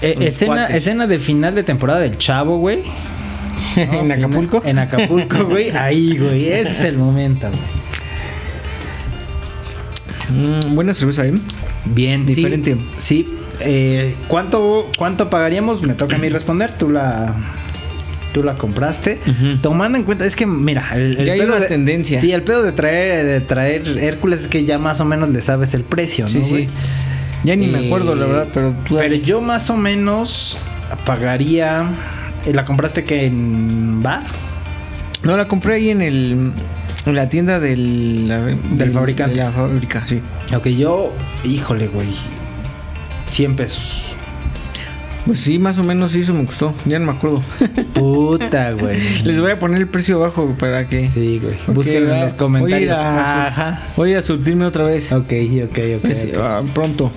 Eh,
Con
escena,
cuates.
escena de final de temporada del Chavo, güey.
¿En
Final-
Acapulco?
En Acapulco, güey. Ahí, güey. Ese es el momento, güey.
Mm, buena cerveza, ¿eh?
Bien,
sí.
diferente. Sí. Eh, ¿cuánto, ¿Cuánto pagaríamos? Me toca a mí responder. Tú la. Tú la compraste.
Ujú.
Tomando en cuenta, es que mira, el, el
Ya hay
pedo
una
de-
tendencia.
Sí, el pedo de traer, de traer Hércules es que ya más o menos le sabes el precio, ¿no?
Sí, sí.
güey?
Ya ni me
Eh,
acuerdo, la verdad, pero tú
Pero
dale.
yo más o menos pagaría. eh, ¿La compraste que en bar?
No, la compré ahí en el en la tienda del la- del-
fabricante.
De la fábrica, sí.
Aunque yo, híjole, güey. 100 pesos.
Pues sí, más o menos eso me costó. Ya no me acuerdo.
Puta, güey.
Les voy a poner el precio abajo para que
Sí, güey.
Ok,
Búsquenlo en
va.
los comentarios.
Voy a ir a-
ah, Ajá. Pues
voy a surtirme otra vez.
Ok, ok, ok.
Es-
ok.
ah, pronto.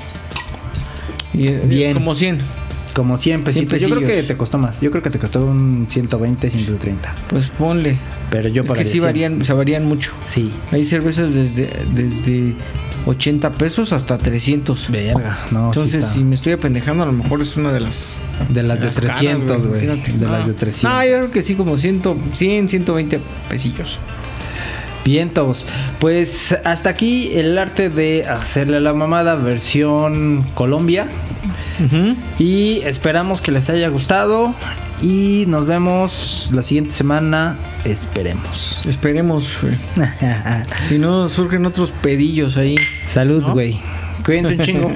Y, eh,
Bien.
Como 100.
Como 100 pesitos. pues Yo creo que
pesillos.
te costó más. Yo creo que te costó un 120, 130.
Pues ponle.
Pero yo
es que
pagaría
sí
100.
varían, se varían mucho.
Sí.
Hay cervezas desde desde 80 pesos hasta 300.
Verga. No, sí
Entonces,
está.
si me estoy apendejando, a lo mejor es una de las
De las de
Las caras,
300, güey. Ah.
imagínate. Ah,
De
No.
las de 300.
No, yo creo que sí, como 100, 100 120 pesillos.
Vientos. Pues hasta aquí el arte de hacerle la mamada versión Colombia.
Ujú.
Y esperamos que les haya gustado. Y nos vemos la siguiente semana. Esperemos.
Esperemos, güey. Si no, surgen otros pedillos ahí.
Salud, güey. Cuídense un chingo.